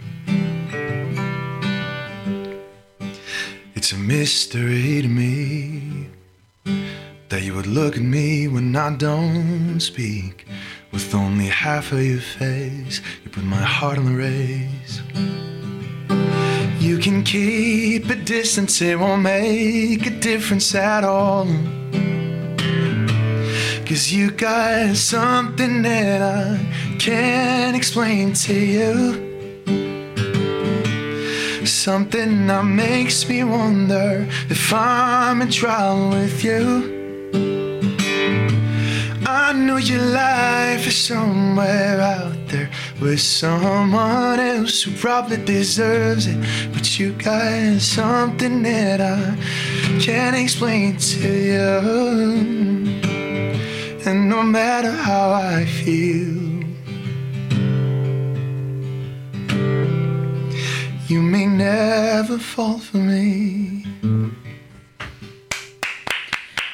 It's a mystery to me that you would look at me when I don't speak. With only half of your face, you put my heart on the race. You can keep a distance, it won't make a difference at all. Cause you got something that I can't explain to you. Something that makes me wonder if I'm in trouble with you. I know your life is somewhere out there with someone else who probably deserves it. But you got something that I can't explain to you. And no matter how I feel, you may never fall for me.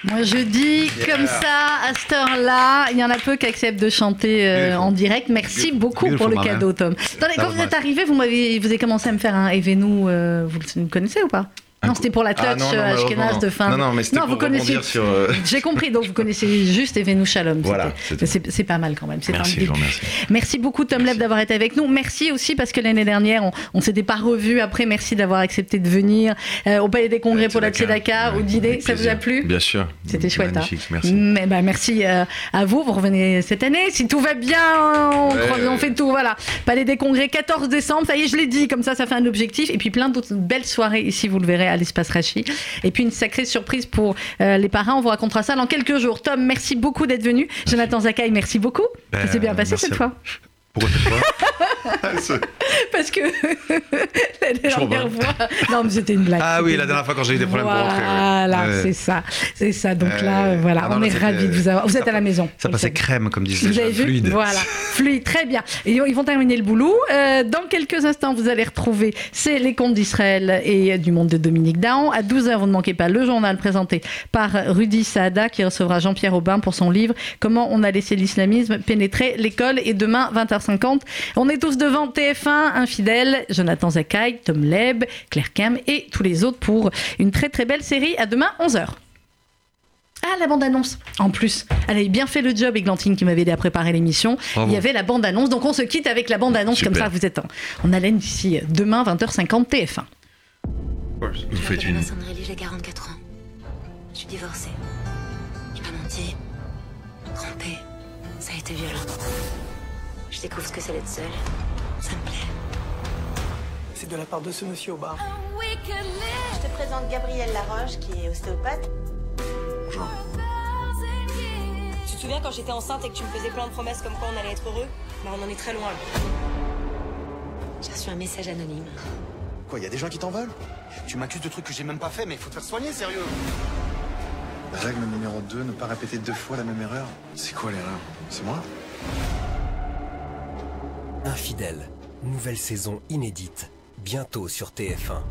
Moi je dis comme ça, à cette heure-là, il y en a peu qui acceptent de chanter euh,
Beautiful.
en direct. Merci
Beautiful.
beaucoup pour
Beautiful,
le
Maria.
cadeau,
hein.
Tom. Attendez, quand
was
vous êtes
nice.
arrivé, vous m'avez, vous avez commencé à me faire un Evenu, euh, vous le connaissez ou pas Non, c'était pour la touch euh,
heureusement,
Ashkenaz
Ah, non.
de fin.
Non, non, mais c'était
Non,
pour
vous connaissez.
rebondir sur... euh,
J'ai compris, donc vous connaissez juste Evenu Shalom.
Voilà,
c'était- C'est c'est pas mal quand même. c'est pas le
Merci, je
début.
vous remercie.
Merci beaucoup Tom Leb d'avoir été avec nous. Merci aussi parce que l'année dernière on, on s'était pas revu. Après merci d'avoir accepté de venir euh, au Palais des Congrès pour la Tzedaka,
Ouais,
au dîner.
avec
Ça vous a
plaisir.
plu
Bien sûr.
C'était chouette. hein.
Magnifique, merci.
Mais, bah, merci euh, à vous. Vous revenez cette année. Si tout va bien, on,
Ouais,
croise- on
ouais.
fait tout. Voilà. Palais des Congrès, 14 décembre. Ça y est, je l'ai dit. Comme ça, ça fait un objectif. Et puis plein d'autres belles soirées ici, vous le verrez, à l'espace Rachi. Et puis une sacrée surprise pour euh, les parrains. On vous racontera ça dans quelques jours. Tom, merci beaucoup d'être venu. Jonathan Zakaï, merci beaucoup.
Ben,
ça s'est bien passé
merci
cette
à
fois.
Pourquoi cette fois
Parce que la dernière fois. Non, mais c'était une blague.
Ah oui,
C'était
la
une
dernière fois quand j'ai eu des problèmes pour rentrer. ouais.
Voilà,
Ouais.
c'est ça. C'est ça. Donc
Ouais.
là, euh, voilà,
Ah non,
on
là,
est
c'était-
ravis de vous avoir. Vous
ça
êtes à la
pa-
maison. vous
Ça
le
passait
savez.
crème, comme disent les
Vous avez
jeunes,
vu
fluide.
Voilà, fluide, très bien. Et ils vont terminer le boulot. Euh, dans quelques instants, vous allez retrouver c'est les contes d'Israël et euh, du monde de Dominique Dahan. À 12h, vous ne manquez pas le journal présenté par Rudy Saada qui recevra Jean-Pierre Aubin pour son livre Comment on a laissé l'islamisme pénétrer l'école. Et demain, 20h50, on est tous devant TF1, Infidèle, Jonathan Zakaï, Tom Leb, Claire Cam et tous les autres pour une très très belle série. À demain, 11h. Ah, la bande-annonce. En plus, elle avait bien fait le job, Églantine, qui m'avait aidé à préparer l'émission.
Bravo.
Il y avait la bande-annonce, donc on se quitte avec la bande-annonce,
Super.
comme ça vous êtes en, en haleine d'ici euh, demain, 20h50, TF1.
Vous
Je
faites
m'appelle
une.
Vincent Andrelli, j'ai 44 ans. Je suis divorcée. J'ai pas menti. Crampée. Ça a été violent. Je découvre ce que c'est d'être seule. Ça me plaît.
C'est de la part de ce monsieur au bar.
Je te présente Gabrielle Laroche, qui est ostéopathe.
Tu te souviens quand j'étais enceinte et que tu me faisais plein de promesses comme quoi on allait être heureux Bah on en est très loin. là.
J'ai reçu un message anonyme.
Quoi, y a des gens qui t'en veulent Tu m'accuses de trucs que j'ai même pas fait, mais faut te faire soigner, sérieux Règle numéro 2, ne pas répéter deux fois la même erreur. C'est quoi l'erreur C'est moi
Infidèle, nouvelle saison inédite, bientôt sur TF1.